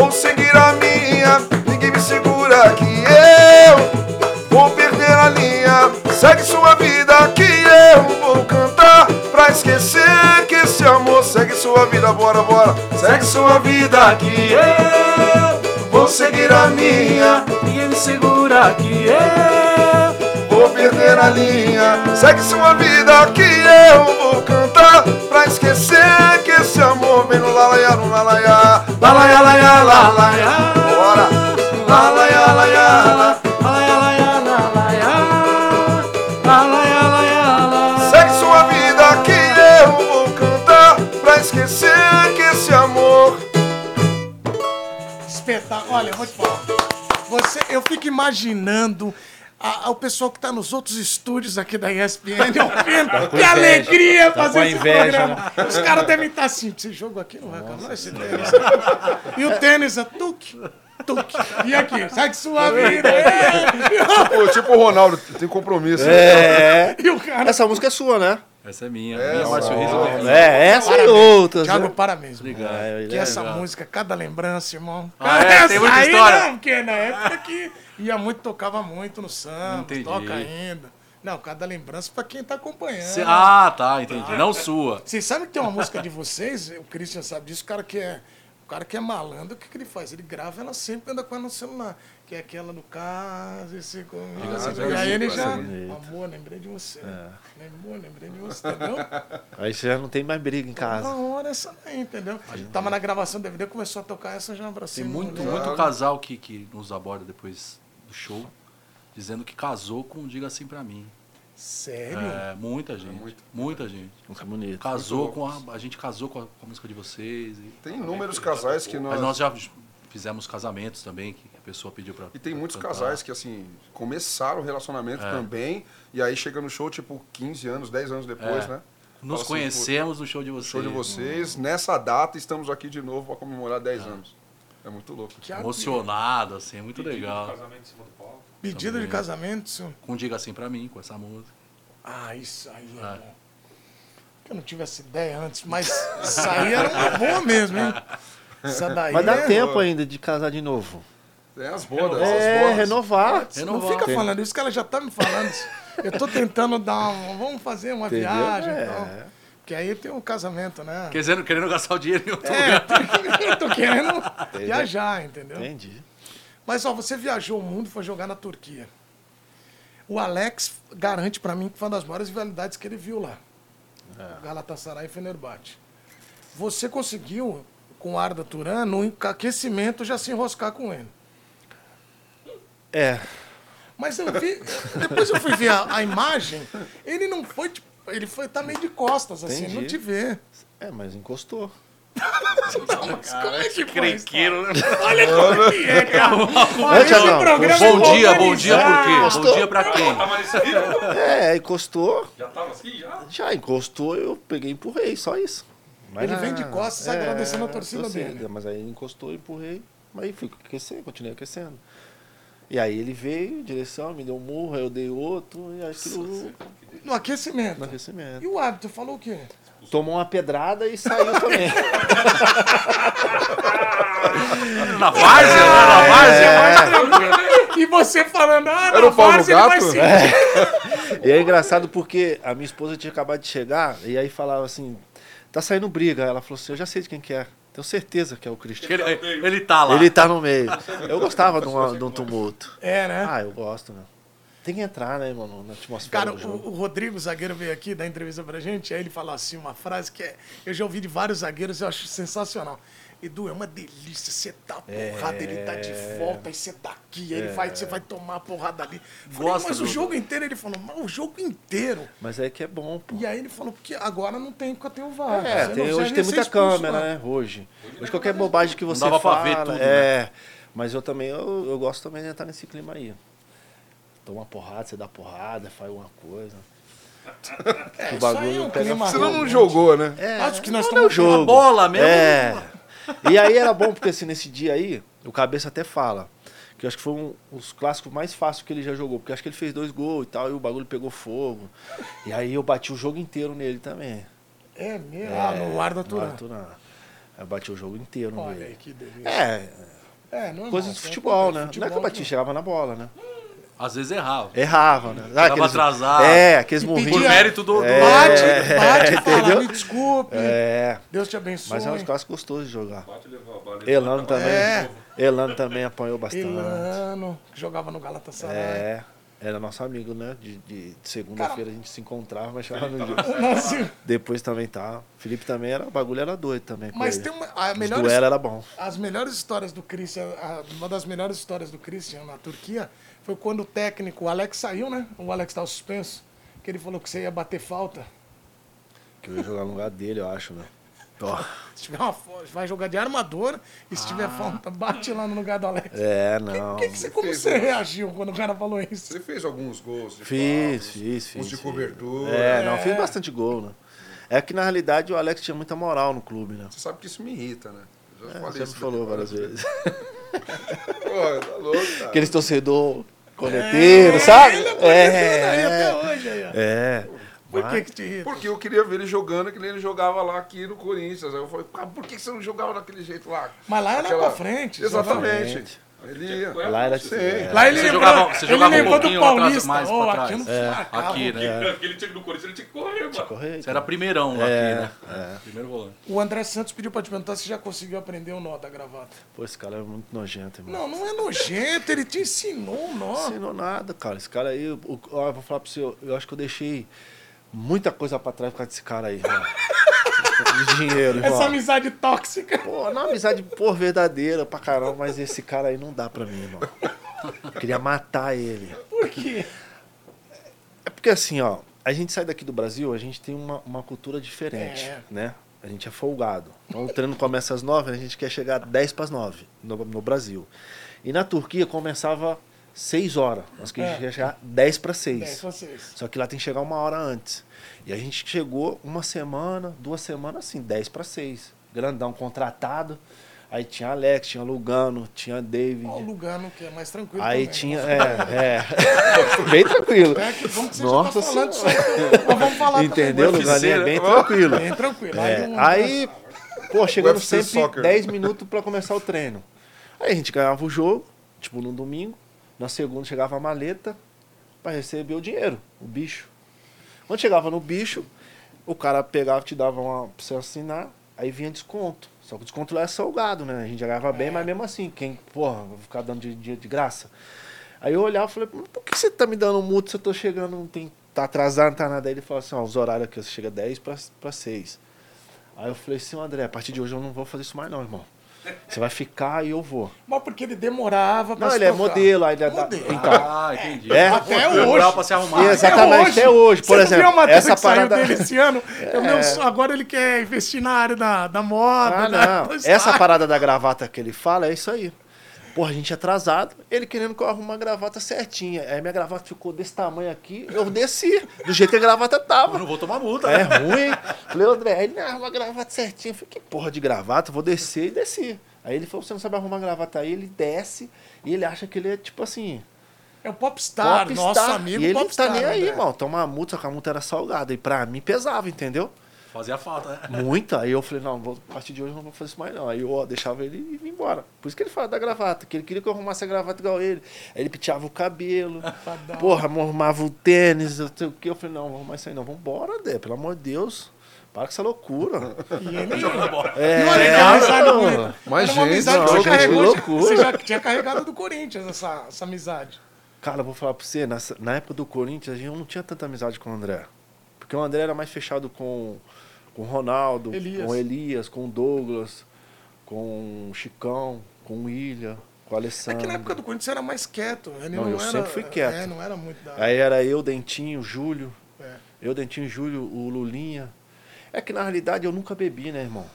vou seguir a minha. Ninguém me segura que eu vou perder a linha. Segue sua vida que eu vou cantar pra esquecer que esse amor segue sua vida. Bora, bora. Segue sua vida que eu vou seguir a minha. Ninguém me segura que eu Vou perder a linha. Segue sua vida que eu vou cantar pra esquecer que esse amor vem no lalaiá, no lalaiá. Lalaiá, lalaiá, lalaiá. Bora. Lalaiá, lalaiá, lalaiá. Segue sua vida que eu vou cantar pra esquecer que esse amor Espetáculo. Olha, eu vou te falar. Você, eu fico imaginando a- a- o pessoal que tá nos outros estúdios aqui da ESPN ouvindo. que Tá inveja, né? alegria tá fazer com esse inveja, programa. Os caras devem estar assim. Esse jogo aqui não vai acabar esse tênis. é E o tênis é tuque, tuque. E aqui, sai de Tá sua vida. Pô, tipo o Ronaldo, tem compromisso. né? É. E o cara... Essa música é sua, né? Essa é minha, minha Márcio É, Riso. essa e outras. Thiago, né? parabéns. mano. É, Que é, essa música, cada lembrança, irmão. Ah, é? Tem muita aí história? Não, porque na época que ia muito, tocava muito no samba, Entendi. toca ainda. Não, cada lembrança pra quem tá acompanhando. Cê- Ah, tá, entendi. Não sua. Vocês sabem que tem uma música de vocês, o Christian sabe disso, o cara que é, o cara que é malandro, o que, que ele faz? Ele grava ela sempre anda com ela no celular. Que é aquela no caso, esse comigo. Ah, e aí ele já. Amor, lembrei de você. É. Amor, lembrei de você, entendeu? Aí você já não tem mais briga em casa. Na hora essa daí, entendeu? Tava na gravação do DVD, começou a tocar essa já né? abracei. Tem muito, mulher. muito casal que, que nos aborda depois do show, dizendo que casou com Diga Assim Pra Mim. Sério? É, muita gente. muita gente. Muito bonito. Casou com a. A gente casou com a, com a música de vocês. e- Tem inúmeros casais que Mas nós. É, nós já fizemos casamentos também, que a pessoa pediu pra. E tem pra muitos cantar. casais que, assim, começaram o relacionamento também, e aí chega no show, tipo, 15 anos, 10 anos depois, É. né? Fala assim, Nos pô, conhecemos no show de vocês. Show de vocês, nessa data estamos aqui de novo para comemorar 10 anos. É muito louco. Que a- Emocionado, assim, é muito Pedido de legal. Casamento em cima do palco. Pedido de Também. né? casamento, senhor. Com Diga Assim Pra Mim, com essa música. Ah, isso aí é Ah. bom. Eu não tive essa ideia antes, mas isso aí era uma boa mesmo, hein? Essa daí Mas dá é- tempo ainda de casar de novo. Tem É as bodas, as É, bodas. renovar. Não Renovar. fica falando isso, que ela já tá me falando isso. Eu tô tentando dar uma... Vamos fazer uma Entendeu? viagem e É. tal. Porque aí tem um casamento, né? Querendo, querendo gastar o dinheiro em outro É, lugar. tem- eu tô querendo viajar, entendeu? Entendi. Mas ó, você viajou o mundo e foi jogar na Turquia. O Alex garante pra mim que foi uma das maiores rivalidades que ele viu lá. Galatasaray e Fenerbahçe. Você conseguiu, com o Arda Turan, no aquecimento já se enroscar com ele. É, Mas eu vi. Depois eu fui ver a, a imagem, ele não foi. Tipo, ele foi, tá meio de costas, assim, Entendi. não te vê. é, mas encostou. Não, mas como é que foi? isso? Queiro, né? Olha como que é, cara. Olha, Ô, esse Thiagão, programa é Bom dia, bom dia por Ah, quê? gostou? Bom dia pra quem? Tava nesse nível? É, encostou, Tá Já tava assim? Já? já encostou, eu peguei e empurrei, só isso. Mas Ele não- vem de costas agradecendo a torcida dele. Mas aí encostou, empurrei, mas aí fui aquecendo, continuei aquecendo. E aí ele veio, direção, me deu um murro, aí eu dei outro, e aquilo No aquecimento. no aquecimento. E o árbitro falou o quê? Tomou uma pedrada e saiu também. Na várzea? né? Ah, Na É. é. é várzea? E você falando, ah, né? Era o Paulo Várzea ele vai Gato? É. se- E é engraçado porque a minha esposa tinha acabado de chegar e aí falava assim: tá saindo briga. Ela falou assim: eu já sei de quem que é. Tenho certeza que é o Cristiano. Ele, ele tá lá. Ele tá no meio. Eu gostava de, uma- de um tumulto. É, né? Ah, eu gosto, né? Tem que entrar, né, mano, na atmosfera Cara, do o, jogo. o Rodrigo, o zagueiro, veio aqui dar entrevista pra gente, aí ele falou assim uma frase que é. Eu já ouvi de vários zagueiros, eu acho sensacional. Edu, é uma delícia, você tá porrada, ele tá de É. volta, aí você tá aqui, aí ele vai, você vai tomar a porrada ali. Falei, Gosta mas o do- jogo inteiro, ele falou, mas o jogo inteiro. Mas é que é bom, pô. E aí ele falou, porque agora não tem, porque tem o VAR. você não- É, tem- hoje você tem ia muita ser expulso, câmera, né? né? Hoje. Hoje qualquer bobagem que você dava pra fala. ver tudo, né? é. Mas eu também, eu, eu gosto também de entrar nesse clima aí. Toma porrada, você dá porrada, faz alguma coisa. É, O isso aí é bagulho um pega clima Senão não ruim. jogou, né? É, Acho que nós não, estamos não, jogo. bola mesmo. É. E aí era bom, porque assim, nesse dia aí, o cabeça até fala. Que eu acho que foi um dos clássicos mais fáceis que ele já jogou. Porque eu acho que ele fez dois gols e tal, e o bagulho pegou fogo. E aí eu bati o jogo inteiro nele também. É mesmo. Ah, no ar da No Turan. Arthurã. Eu bati o jogo inteiro Olha aí, nele. que delícia. É, É, normal, coisa de isso aí futebol, acontece. né? Não é que eu bati, chegava na bola, né? Às vezes errava. Errava, né? Tava atrasado. É, aqueles E morrinhos. Por pedia- mérito do. do- Bate, bate, fala, É, entendeu? me desculpe. É, Deus te abençoe. mas é um clássico gostoso de jogar. Bate e levou a bala. Elano também. É. Elano também apanhou bastante. Elano, que jogava no Galatasaray. É. Era nosso amigo, né? De, de- de segunda-feira a gente se encontrava, mas chegava no jogo. Nossa, Depois também tá. Felipe também era. O bagulho era doido também. com mas ele. tem uma, a Os melhor, duelo era bom. as melhores histórias do Christian, a- uma das melhores histórias do Christian na Turquia foi quando o técnico, o Alex saiu, né? O Alex estava suspenso, que ele falou que você ia bater falta. Que eu ia jogar no lugar dele, eu acho, né? Ó, Se tiver uma fo- vai jogar de armador e se Ah. tiver falta, bate lá no lugar do Alex. É, não. Que que você- como Fez, você né? reagiu quando o cara falou isso? Você fez alguns gols de Fiz, faltas, fiz, fiz. uns de fiz. cobertura. É, não, fiz bastante gol, né? É que na realidade o Alex tinha muita moral no clube, né? Você sabe que isso me irrita, né? Eu É, já falei Você me isso falou várias vezes. Pô, tá louco, É. cara. Aqueles torcedor corneteiro, sabe? Tá Aí até É, hoje aí, ó. é. Por que que te irrita? Porque eu queria ver ele jogando, que nem ele jogava lá aqui no Corinthians. Aí eu falei, cara, por que que você não jogava daquele jeito lá? Mas lá era Aquela- pra frente, Exatamente. Ele ia. É. Lá era Sim. Lá ele Você lembrou, jogava- você ele jogava um lembrou do pouquinho atrás, Paulista. mais pra Ó, trás. aqui não É, acaba. Aqui, né? Aquele time do Corinthians ele tinha que correr, mano. Correto. Você era primeirão lá É, aqui, né? Primeiro volante. O André Santos pediu pra te perguntar se já conseguiu aprender o nó da gravata. Pô, esse cara é muito nojento, irmão. Não, não é nojento, ele te ensinou o Não nó. ensinou nada, cara. Esse cara aí, o- o- ó, eu vou falar pra você, eu- eu acho que eu deixei muita coisa pra trás por causa desse cara aí, irmão. De dinheiro, Essa irmão. amizade tóxica. Pô, não é uma amizade, pô, verdadeira pra caramba, mas esse cara aí não dá pra mim, irmão. Eu queria matar ele. Por quê? É porque assim, ó, a gente sai daqui do Brasil, a gente tem uma, uma cultura diferente, né? A gente é folgado. Então o treino começa às nove, a gente quer chegar às 10 para as 9 no, no Brasil. E na Turquia começava seis horas. Nós queríamos chegar 10 para É, seis. vocês. Só que lá tem que chegar uma hora antes. E a gente chegou uma semana, duas semanas, assim, 10 para 6. Grandão contratado. Aí tinha Alex, tinha Lugano, tinha David. Ó, o Lugano, que é mais tranquilo. Aí também. tinha. É, é. bem tranquilo. É que bom que você Nossa já tá falando disso aí, mas vamos falar Entendeu? também. Lugano é bem tranquilo. Bem tranquilo. É, um- aí, pô, chegando UFC sempre soccer. 10 minutos pra começar o treino. Aí a gente ganhava o jogo, tipo no domingo. Na segunda chegava a maleta pra receber o dinheiro, o bicho. Quando chegava no bicho, o cara pegava, te dava uma pra você assinar, aí vinha desconto. Só que o desconto lá é salgado, né? A gente já ganhava bem, mas mesmo assim, quem, porra, vou ficar dando de, de, de graça. Aí eu olhava e falei, "Mas por que você tá me dando multa se eu tô chegando, não tem, tá atrasado, não tá nada? Aí ele falou assim, ó, os horários aqui, você chega 10 pra, pra 6. Aí eu falei assim, André, a partir de hoje eu não vou fazer isso mais não, irmão. Você vai ficar e eu vou. Mas porque ele demorava pra Não, se ele é trocar. modelo, aí ele é da- Modelo. Então, Ah, entendi. É. Ah, Até Demorar hoje. pra se arrumar. Exatamente, até hoje. Por Você não exemplo, viu a matéria essa que saiu parada- É. dele esse ano? Eu meu sonho- agora ele quer investir na área da, da moda. Ah, da- não. do style. Essa parada da gravata que ele fala é isso aí. Porra, a gente é atrasado, ele querendo que eu arrume uma gravata certinha. Aí minha gravata ficou desse tamanho aqui, eu desci, do jeito que a gravata Eu tava. não vou tomar multa, É né? ruim. Falei, André, ele não arruma a gravata certinha. Eu Falei, que porra de gravata, vou descer e desci. Aí ele falou, você não sabe arrumar a gravata aí, ele desce e ele acha que ele é tipo assim, É o Popstar, Popstar. nosso amigo E ele Popstar. né, tá nem aí, André. irmão. Toma a multa, só que a multa era salgada. E pra mim pesava, entendeu? Fazia falta, né? Muita. Aí eu falei, não, vou, a partir de hoje eu não vou fazer isso mais, não. Aí eu ó, deixava ele e ia embora. Por isso que ele fala da gravata, que ele queria que eu arrumasse a gravata igual ele. Aí ele piteava o cabelo, porra, arrumava o tênis, não sei o que. Eu falei, não, vou arrumar isso aí não. Vambora, Dé, pelo amor de Deus. Para com essa loucura. E ele... É, Olha que amizade bonita. Mas, Era uma gente, amizade que não, você gente, carregou. loucura. Você já tinha carregado do Corinthians essa, essa amizade. Cara, eu vou falar pra você, nessa- na época do Corinthians, a gente não tinha tanta amizade com o André. Porque o André era mais fechado com com o Ronaldo, Elias. com o Elias, com o Douglas, com o Chicão, com o Ilha, com o É Alessandro. que na época do Corinthians era mais quieto. Ele Não, não, eu era, sempre fui quieto. É, não era muito da. Aí era eu, Dentinho, Júlio. É. Eu, Dentinho, Júlio, o Lulinha. É que na realidade eu nunca bebi, né, irmão?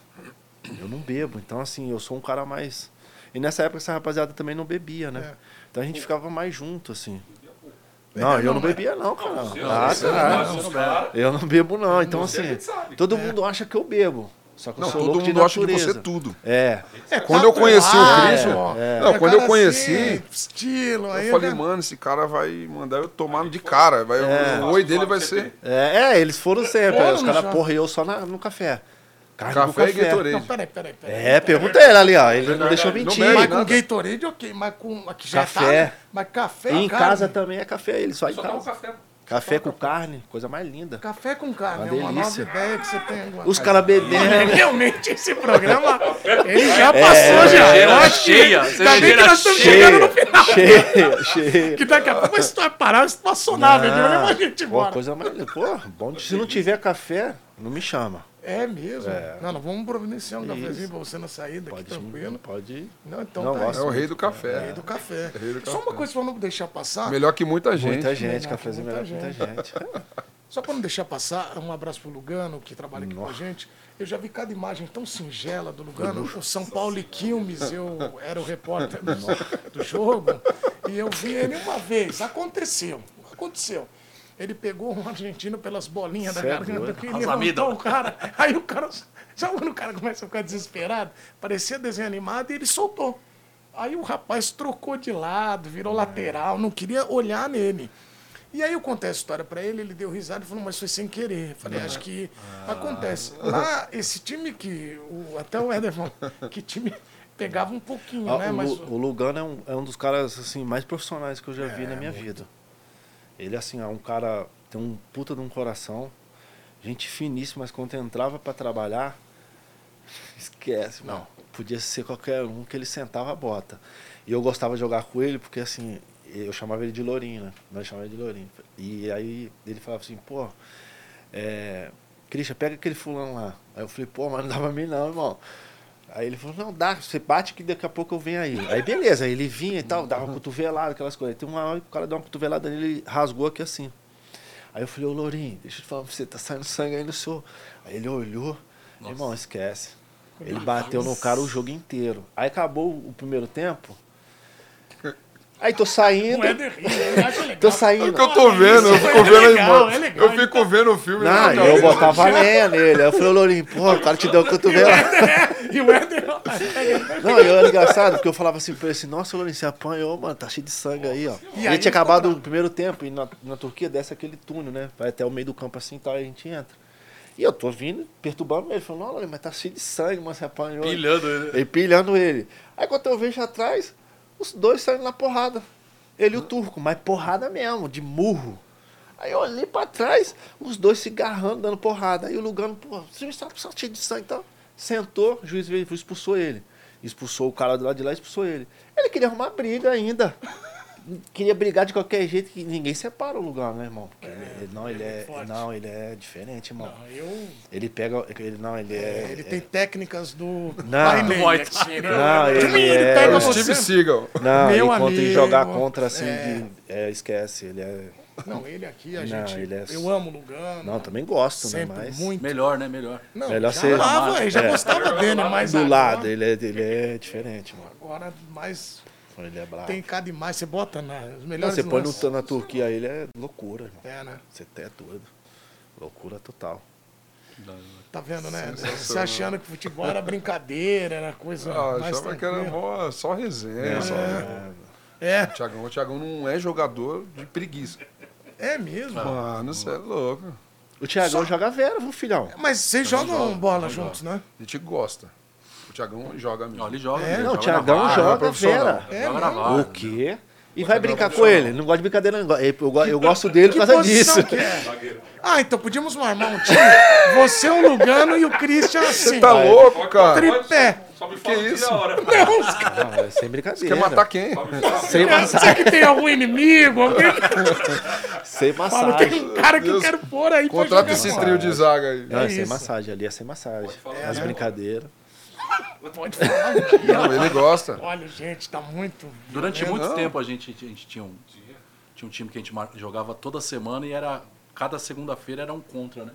Eu não bebo. Então, assim, eu sou um cara mais. E nessa época essa rapaziada também não bebia, né? É. Então a gente ficava mais junto, assim. Não, eu não bebia, não, cara. Ah, Você tá. não, mas os caras- Eu não bebo, não. Então, assim, a gente sabe. É. todo mundo acha que eu bebo. Só que eu Não, sou todo louco de mundo acha que natureza. você é tudo. É. Quando eu conheci o tatuagem, Cris, ó. não, tá É quando eu cara conheci, assim, estilo, aí eu falei, né? mano, esse cara vai mandar eu tomar de cara. Vai, É. O oi dele vai ser É, é, eles foram sempre. Foram aí os no caras, shopping. porra, e eu só na- no café. Carne no café e Gatorade. Não, tá peraí, peraí, peraí. É, pergunta ele ali, ó. Ele não deixou não mentir. bebe Mas nada. com Gatorade, ok. Mas com. Aqui já Café. tá. né? Mas café E em carne. casa também é café, ele só em Só toma um casa. café. Café com carne, coisa mais linda. Café com carne. Uma é uma nova delícia. ideia que você tem agora. É, Os caras É, bebendo. Realmente, esse programa, ele já passou, já. Eu Cheira acho que- cheia, Ainda bem que cheira nós estamos cheia. chegando no final. Cheio, cheio. Que daqui a pouco isso vai parar estacionável aqui, vai levar a gente Ah, Pô, embora. coisa mais linda. Pô, bom de- se não tiver café, não me chama. É mesmo? Não, não, vamos providenciar um cafezinho pra você na saída aqui, Pode, tranquilo. pode. Não, então Não, tá gosto. é o rei do aí, café. do café. rei do Só uma café. coisa pra não deixar passar, Melhor que muita gente. Muita gente, Melhor cafezinho que melhor muita que muita gente. só pra não deixar passar, um abraço pro Lugano, que trabalha aqui com a gente. Eu já vi cada imagem tão singela do Lugano. O São Paulo e Quilmes, eu era o repórter do, do jogo, e eu vi ele uma vez. Aconteceu, aconteceu. Ele pegou um argentino pelas bolinhas Cê é da garganta, doido. que As levantou amígdalas. o cara. Aí o cara, sabe quando o cara começa a ficar desesperado? Parecia desenho animado e ele soltou. Aí o rapaz trocou de lado, virou lateral, não queria olhar nele. E aí eu contei a história pra ele, ele deu risada e falou, mas foi sem querer. Eu Falei, acho que Ah. acontece. Lá, esse time que. o- até o Éder falou, que time pegava um pouquinho, Ah, né? o, Mas. É, Lu- o Lugano é um, é um dos caras assim mais profissionais que eu já vi na minha vida. Ele assim é um cara tem um puta de um coração, gente finíssima, mas quando entrava pra trabalhar, esquece, não. Podia ser qualquer um que ele sentava a bota. E eu gostava de jogar com ele porque assim eu chamava ele de Lourinho, né? Nós chamava ele de Lourinho. E aí ele falava assim, pô, é, Christian, pega aquele fulano lá. Aí eu falei, pô, mas não dá pra mim não, irmão. Aí ele falou, não, dá, você bate que daqui a pouco eu venho aí. Aí beleza, aí ele vinha e tal, dava cotovelada, aquelas coisas. Tem uma hora que o cara deu uma cotovelada nele, ele rasgou aqui assim. Aí eu falei, ô Lourinho, deixa eu te falar pra você, tá saindo sangue aí no seu. Aí ele olhou, irmão, esquece. Ele bateu no cara o jogo inteiro. Aí acabou o primeiro tempo. Aí tô saindo. O Éder né? ri, eu acho legal. Tô É o saindo. que eu tô vendo, eu fico vendo aí, legal, mano. é legal, Eu fico vendo o filme. Não, na e eu cabeça. botava lenha nele. Aí eu falei, ô Lourinho, pô, o cara te deu o cotovelo. E o Éder... Não, eu era engraçado, porque eu falava assim pra ele assim, nossa, Lourenço, você apanhou, mano, tá cheio de sangue aí, então? ó. E ele tinha acabado o primeiro tempo, e na, na Turquia desce aquele túnel, né? Vai até o meio do campo assim e tal, aí a gente entra. E eu tô vindo, perturbando ele, falando, olha, mas tá cheio de sangue, mano, você apanhou. Pilhando né? ele. E pilhando ele. Aí quando eu vejo atrás, os dois saindo na porrada. Ele e o turco, mas porrada mesmo, de murro. Aí eu olhei pra trás, os dois se garrando, dando porrada. Aí o Lugano, pô, você está só cheio de sangue e tal. Sentou, o juiz veio e expulsou ele. Expulsou o cara do lado de lá e expulsou ele. Ele queria arrumar briga ainda. Queria brigar de qualquer jeito, que ninguém separa o lugar, né, irmão? Porque ele- não, ele é, forte. não, ele é diferente, irmão. Eu... Ele pega. Ele, não, ele é. Ele tem técnicas do Não. Pai Mei, Muay né, que Thai. chega- Não, ele Ele é- pega É o você. Steve Seagal. Não, Meu ele conta em amigo. jogar contra assim, É. de- é, esquece, ele é. Não, ele aqui, a Não, gente. ele é- Eu amo o Lugano. Não, também gosto, sempre né? Mas muito. Melhor, né? Melhor. Não, melhor já ser- amava, já É. gostava dele, mas do agora- lado, ele é, ele é diferente, mano. Agora, é mais Ele é bravo. tem cada imagem. Você bota na, os Não, melhores você põe lances. no, na Turquia ele é loucura, irmão. É, né? Você até é doido. Loucura total. Tá vendo, né? Você achando que futebol era brincadeira, era coisa Ah, mais achava que era tranquila. mó, só resenha. só- né? É, O Thiagão, o Thiagão não é jogador de preguiça. é mesmo. Mano, você é louco. O Thiagão joga Vera, viu, filhão? Mas É vocês jogam bola juntos, né? A gente gosta. O Thiagão joga mesmo. Ó, ele joga. É, ele não, o joga Thiagão na vara, joga profissional. Vera. É joga na mesmo? vara. O quê? E vai brincar com ele? Não gosta de brincadeira, não. Eu, eu, eu gosto dele por um. Que causa posição disso. que é? Ah, então podíamos armar um time. Você, o Lugano e o Christian assim. é. Tá louco, cara? Tripé. Só me fala Que que isso? da hora. Não, é sem brincadeira. Quer matar quem? Só me fala. Sem, massa... Será que tem algum inimigo? Alguém que sem fala, tem massagem. um cara que eu Deus. quero pôr aí pra Contrata jogar esse bola. trio de zaga aí. Não, é, sem isso. massagem, ali é sem massagem. As brincadeiras. Pode falar um dia. Não, ele gosta. Olha, gente, tá muito. Durante violento. muito tempo a gente, a gente tinha, um, tinha um time que a gente mar- jogava toda semana e era. Cada segunda-feira era um contra, né?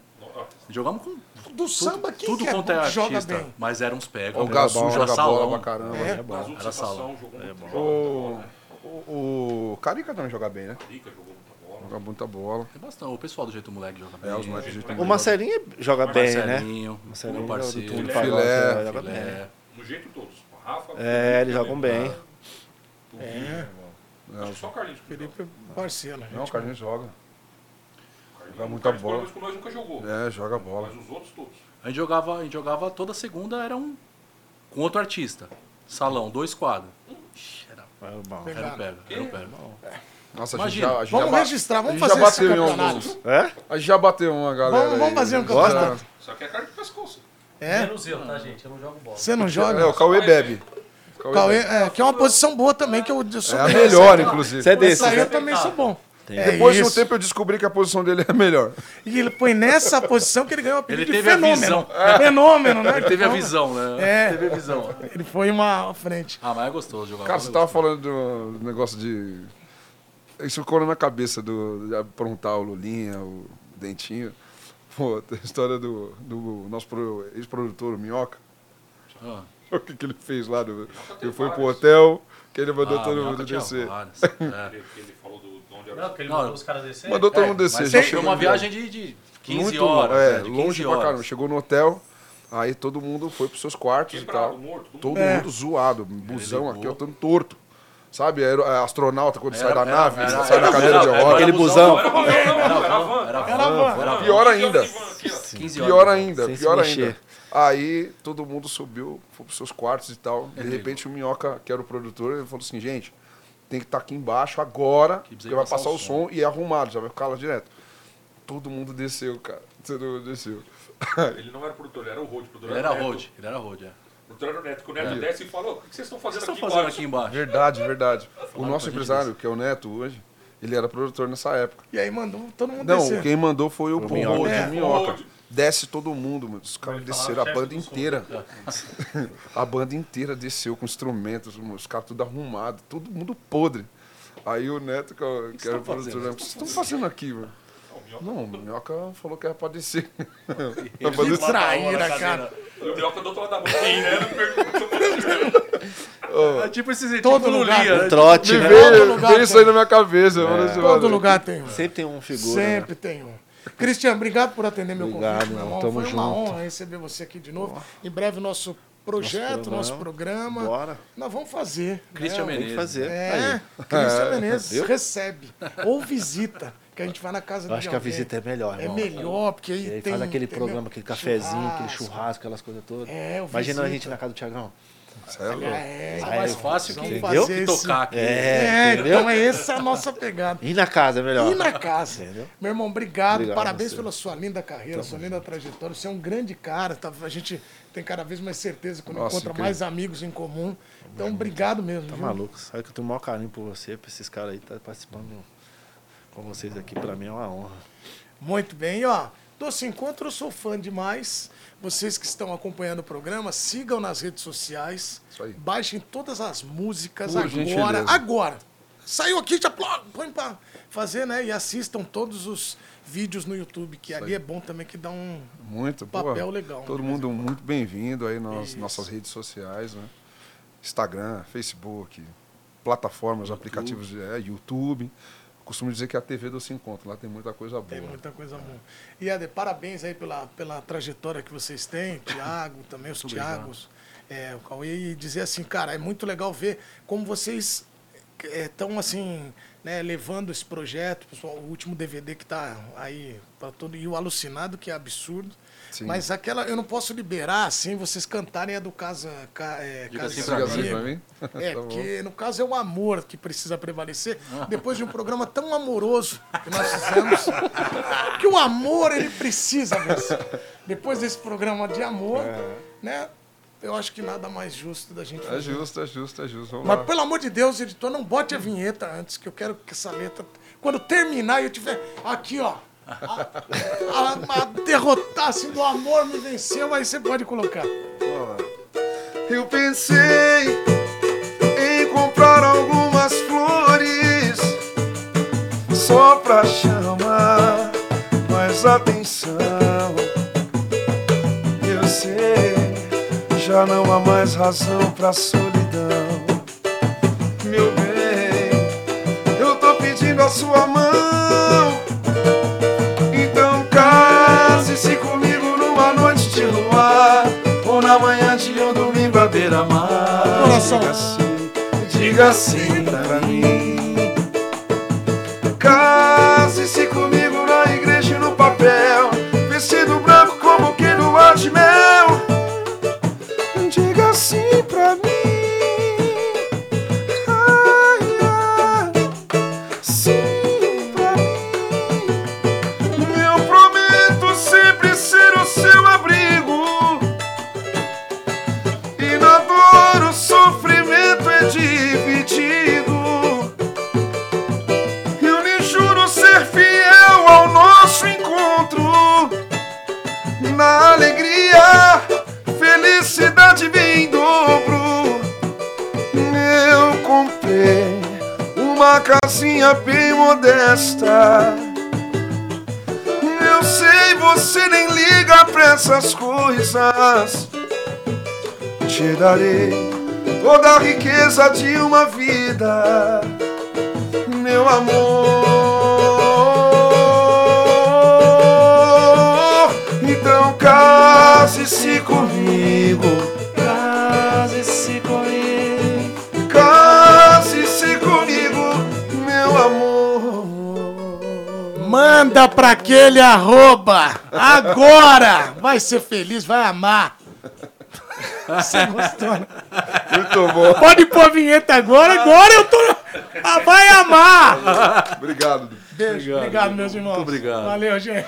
Jogamos com Do samba, quem tudo que é quanto é bom que joga artista, bem? mas era uns pega. Ó, O era Gazu bom, era joga salão. bola pra caramba. É, Mas o Era É Sensação salão. jogou muito O, o, o Carica também joga bem, né? Rica, jogou muita bola. Joga muita bola. Tem bastante. O pessoal do jeito moleque joga bem. É, os mais de jeito O Marcelinho joga bem, né? Marcelinho, Marcelinho meu joga do parceiro. Túlio Filé. Farofa, Filé. joga bem. É, No jeito todos. Rafa. É, eles jogam bem. Acho que Só o Carlinhos. que jogou. Felipe é parceiro, né? Não, o Carlinhos joga. Carlinhos- Joga muita Carlinhos, pelo bola. menos com nós nunca jogou. É, joga Mas bola. os outros todos. A gente jogava, a gente jogava toda segunda, era um com outro artista. Salão, dois quadros. Ixi, Era, É bom. era um pega, era um pega. Nossa, a gente Imagina. já, a gente Vamos já ba- registrar, vamos a gente fazer esse já bateu em campeonato. alguns. É? A gente já bateu uma, galera. Vamos- vamos aí. né? fazer um Já- campeonato. Só que é cara de pescoço. É? Menos eu, tá, gente? Eu não jogo bola. Você não É, o joga? Cauê bebe. O Cauê Cauê, bebe. é, que é uma posição boa também, que eu sou É a bem. melhor, inclusive. Você é desse, Essa aí eu né? também sou bom. É Depois de um isso. tempo eu descobri que a posição dele é a melhor. E ele foi nessa posição que ele ganhou o apelido Ele de teve a fenômeno. Fenômeno, né? Ele teve a Então, visão, né? É. Teve a visão. Ele foi uma à frente. Ah, mas é gostoso jogar. Cara, bola, você é tava gostoso. falando do negócio de. Isso ficou na minha cabeça, do, de aprontar o Lulinha, o Dentinho. Pô, tem a história do, do nosso pro- ex-produtor, o Minhoca. Ah. O que, que ele fez lá? No, ele foi pro hotel, que ele mandou Ah, todo Minhoca mundo tinha descer. vários. Ele, ele falou do de onde era. Não, porque ele Não, mandou eu- os caras descer. Mandou todo mundo descer. É, Mas já foi chegou uma no- viagem de, de 15 muito longe, horas. É, né? De 15 longe pra horas. caramba. Chegou no hotel, aí todo mundo foi pros seus quartos Quebrado, e tal. morto, todo Todo É. mundo zoado, busão aqui, ó, todo torto. Sabe, aero- é, astronauta quando sai da era- nave, era- sai da cadeira de era- roda. Aquele busão. Era van, era van, era van. Era Pior ainda. Aqui, ó. 15 horas. Pior ainda, Sem se pior mexer. ainda. Aí todo mundo subiu, foi pros seus quartos e tal. De repente o Minhoca, que era o produtor, ele falou assim, gente, tem que estar aqui embaixo agora, precisa porque vai passar o som e é arrumado, já vai ficar lá direto. Todo mundo desceu, cara. Todo mundo desceu. Ele não era produtor, ele era o Rode. Produtor Ele era o Neto. road, ele era road, é. O O produtor era o Neto. Que o Neto desce e fala: "Ô, O que vocês estão que fazendo vocês estão aqui fazendo embaixo? Tá aqui embaixo? Verdade, verdade. O nosso pra gente empresário, que é o Neto hoje, ele era produtor nessa época. E aí mandou todo mundo Não, descer. quem mandou foi o Pombo Minhoca. de É, Minhoca. Pombo. Desce todo mundo, mano. Os caras desceram a chefe banda do som. inteira. a banda inteira desceu com instrumentos, os caras tudo arrumado, é todo mundo podre. Aí o Neto, que, eu, que era o produtor, né, o que vocês estão fazendo aqui, mano? o Minhoca. Não, o Minhoca falou que era pra descer. Mas Eles matam a traíra, aula na cadeira. E o Minhoca do outro lado da rua, olhando, perguntando. É tipo esse Todo tipo lugar. Lulinha, Um trote, Me né? Todo veio, lugar veio É, tem. isso aí na minha cabeça. mano, esse Todo maluco. lugar tem um. Sempre tem um figura. né? Sempre tem um. Cristian, obrigado por atender meu Obrigado, convite, meu irmão. irmão. Tamo Foi uma junto. honra receber você aqui de novo. Em breve, nosso projeto, nosso programa. Bora. Nós vamos fazer. né? Christian Tem que Menezes. fazer. É, Aí. Cristian Menezes Viu? recebe. Ou visita, que a gente vai na casa Eu acho de que a alguém. visita é melhor, É irmão. melhor, porque aí E aí tem... faz aquele entendeu? programa, aquele cafezinho, aquele churrasco, aquelas coisas todas. É, eu Imagina a visito. gente na casa do Thiagão. Isso aí é louco. É, Ah, Mais eu- fácil que, vamos entendeu? fazer que esse- tocar aqui. É, É, entendeu? então é essa a nossa pegada. E na casa, é melhor. E na casa. Entendeu? Meu irmão, obrigado. Obrigado Parabéns você. pela sua linda carreira, sua linda trajetória. Você é um grande cara. tá? A gente tem cada vez mais certeza quando Nossa, encontra incrível. mais amigos em comum. Então, obrigado mesmo. Tá viu? maluco. Sabe que eu tenho o maior carinho por você, por esses caras aí, tá participando com vocês aqui. Pra mim é uma honra. Muito bem, e, ó. Doce Encontro, eu sou fã demais. Vocês que estão acompanhando o programa, sigam nas redes sociais. Isso aí. Baixem todas as músicas Por agora. gentileza. Agora! Saiu aqui, já plá, põe pra fazer, né? E assistam todos os vídeos no YouTube, que ali é bom também que dá um. Muito, pô. Papel legal, Todo né? mundo muito bem-vindo aí nas nossas redes sociais, né? Instagram, Facebook, plataformas, aplicativos, é, YouTube. Costumo dizer que é a TV do Se Encontro, lá tem muita coisa boa. Tem muita coisa boa. E Ade, parabéns aí pela, pela trajetória que vocês têm, Tiago, também os Tiagos, é, o Cauê, e dizer assim, cara, é muito legal ver como vocês estão assim, né, levando esse projeto, pessoal, o último DVD que está aí para todo e o alucinado que é absurdo. Sim. Mas aquela eu não posso liberar assim vocês cantarem a do casa Ca- é, Diga Casa assim de pra Diga assim Amigo. pra mim? É, Tá bom. porque no caso é o amor que precisa prevalecer depois de um programa tão amoroso que nós fizemos. que o amor ele precisa vencer. Depois desse programa de amor, né? Eu acho que nada mais justo da gente É fazer. justo, é justo, é justo. Vamos Mas lá. pelo amor de Deus, editor, não bote a vinheta antes, que eu quero que essa letra. Quando terminar e eu tiver. Aqui, ó. A, a- a derrotar assim do amor me venceu, aí você pode colocar. Eu pensei em comprar algumas flores só pra chamar mais atenção. Eu sei, já não há mais razão pra solidão. Meu bem, eu tô pedindo a sua mão. Então case-se comigo numa noite de luar Ou na manhã de um domingo à beira-mar Coração. Diga sim, diga sim pra mim Case-se comigo na igreja e no papel Vestido branco como que no ar de mel Diga sim pra mim Ai, ai, sim pra mim eu prometo sempre ser o seu abrigo E na dor o sofrimento é dividido Eu lhe juro ser fiel ao nosso encontro Na alegria, felicidade vem em dobro Eu comprei uma casinha bem modesta eu sei, você nem liga pra essas coisas. Te darei toda a riqueza de uma vida, meu amor. Então case-se comigo. Case-se comigo. Case-se comigo, meu amor. Manda pra aquele arroba! Agora! Vai ser feliz, vai amar! Você gostou, né? Muito bom. Pode pôr a vinheta agora, agora eu tô. Ah, vai amar! Obrigado. Beijo, obrigado, meus irmãos. obrigado. Valeu, gente.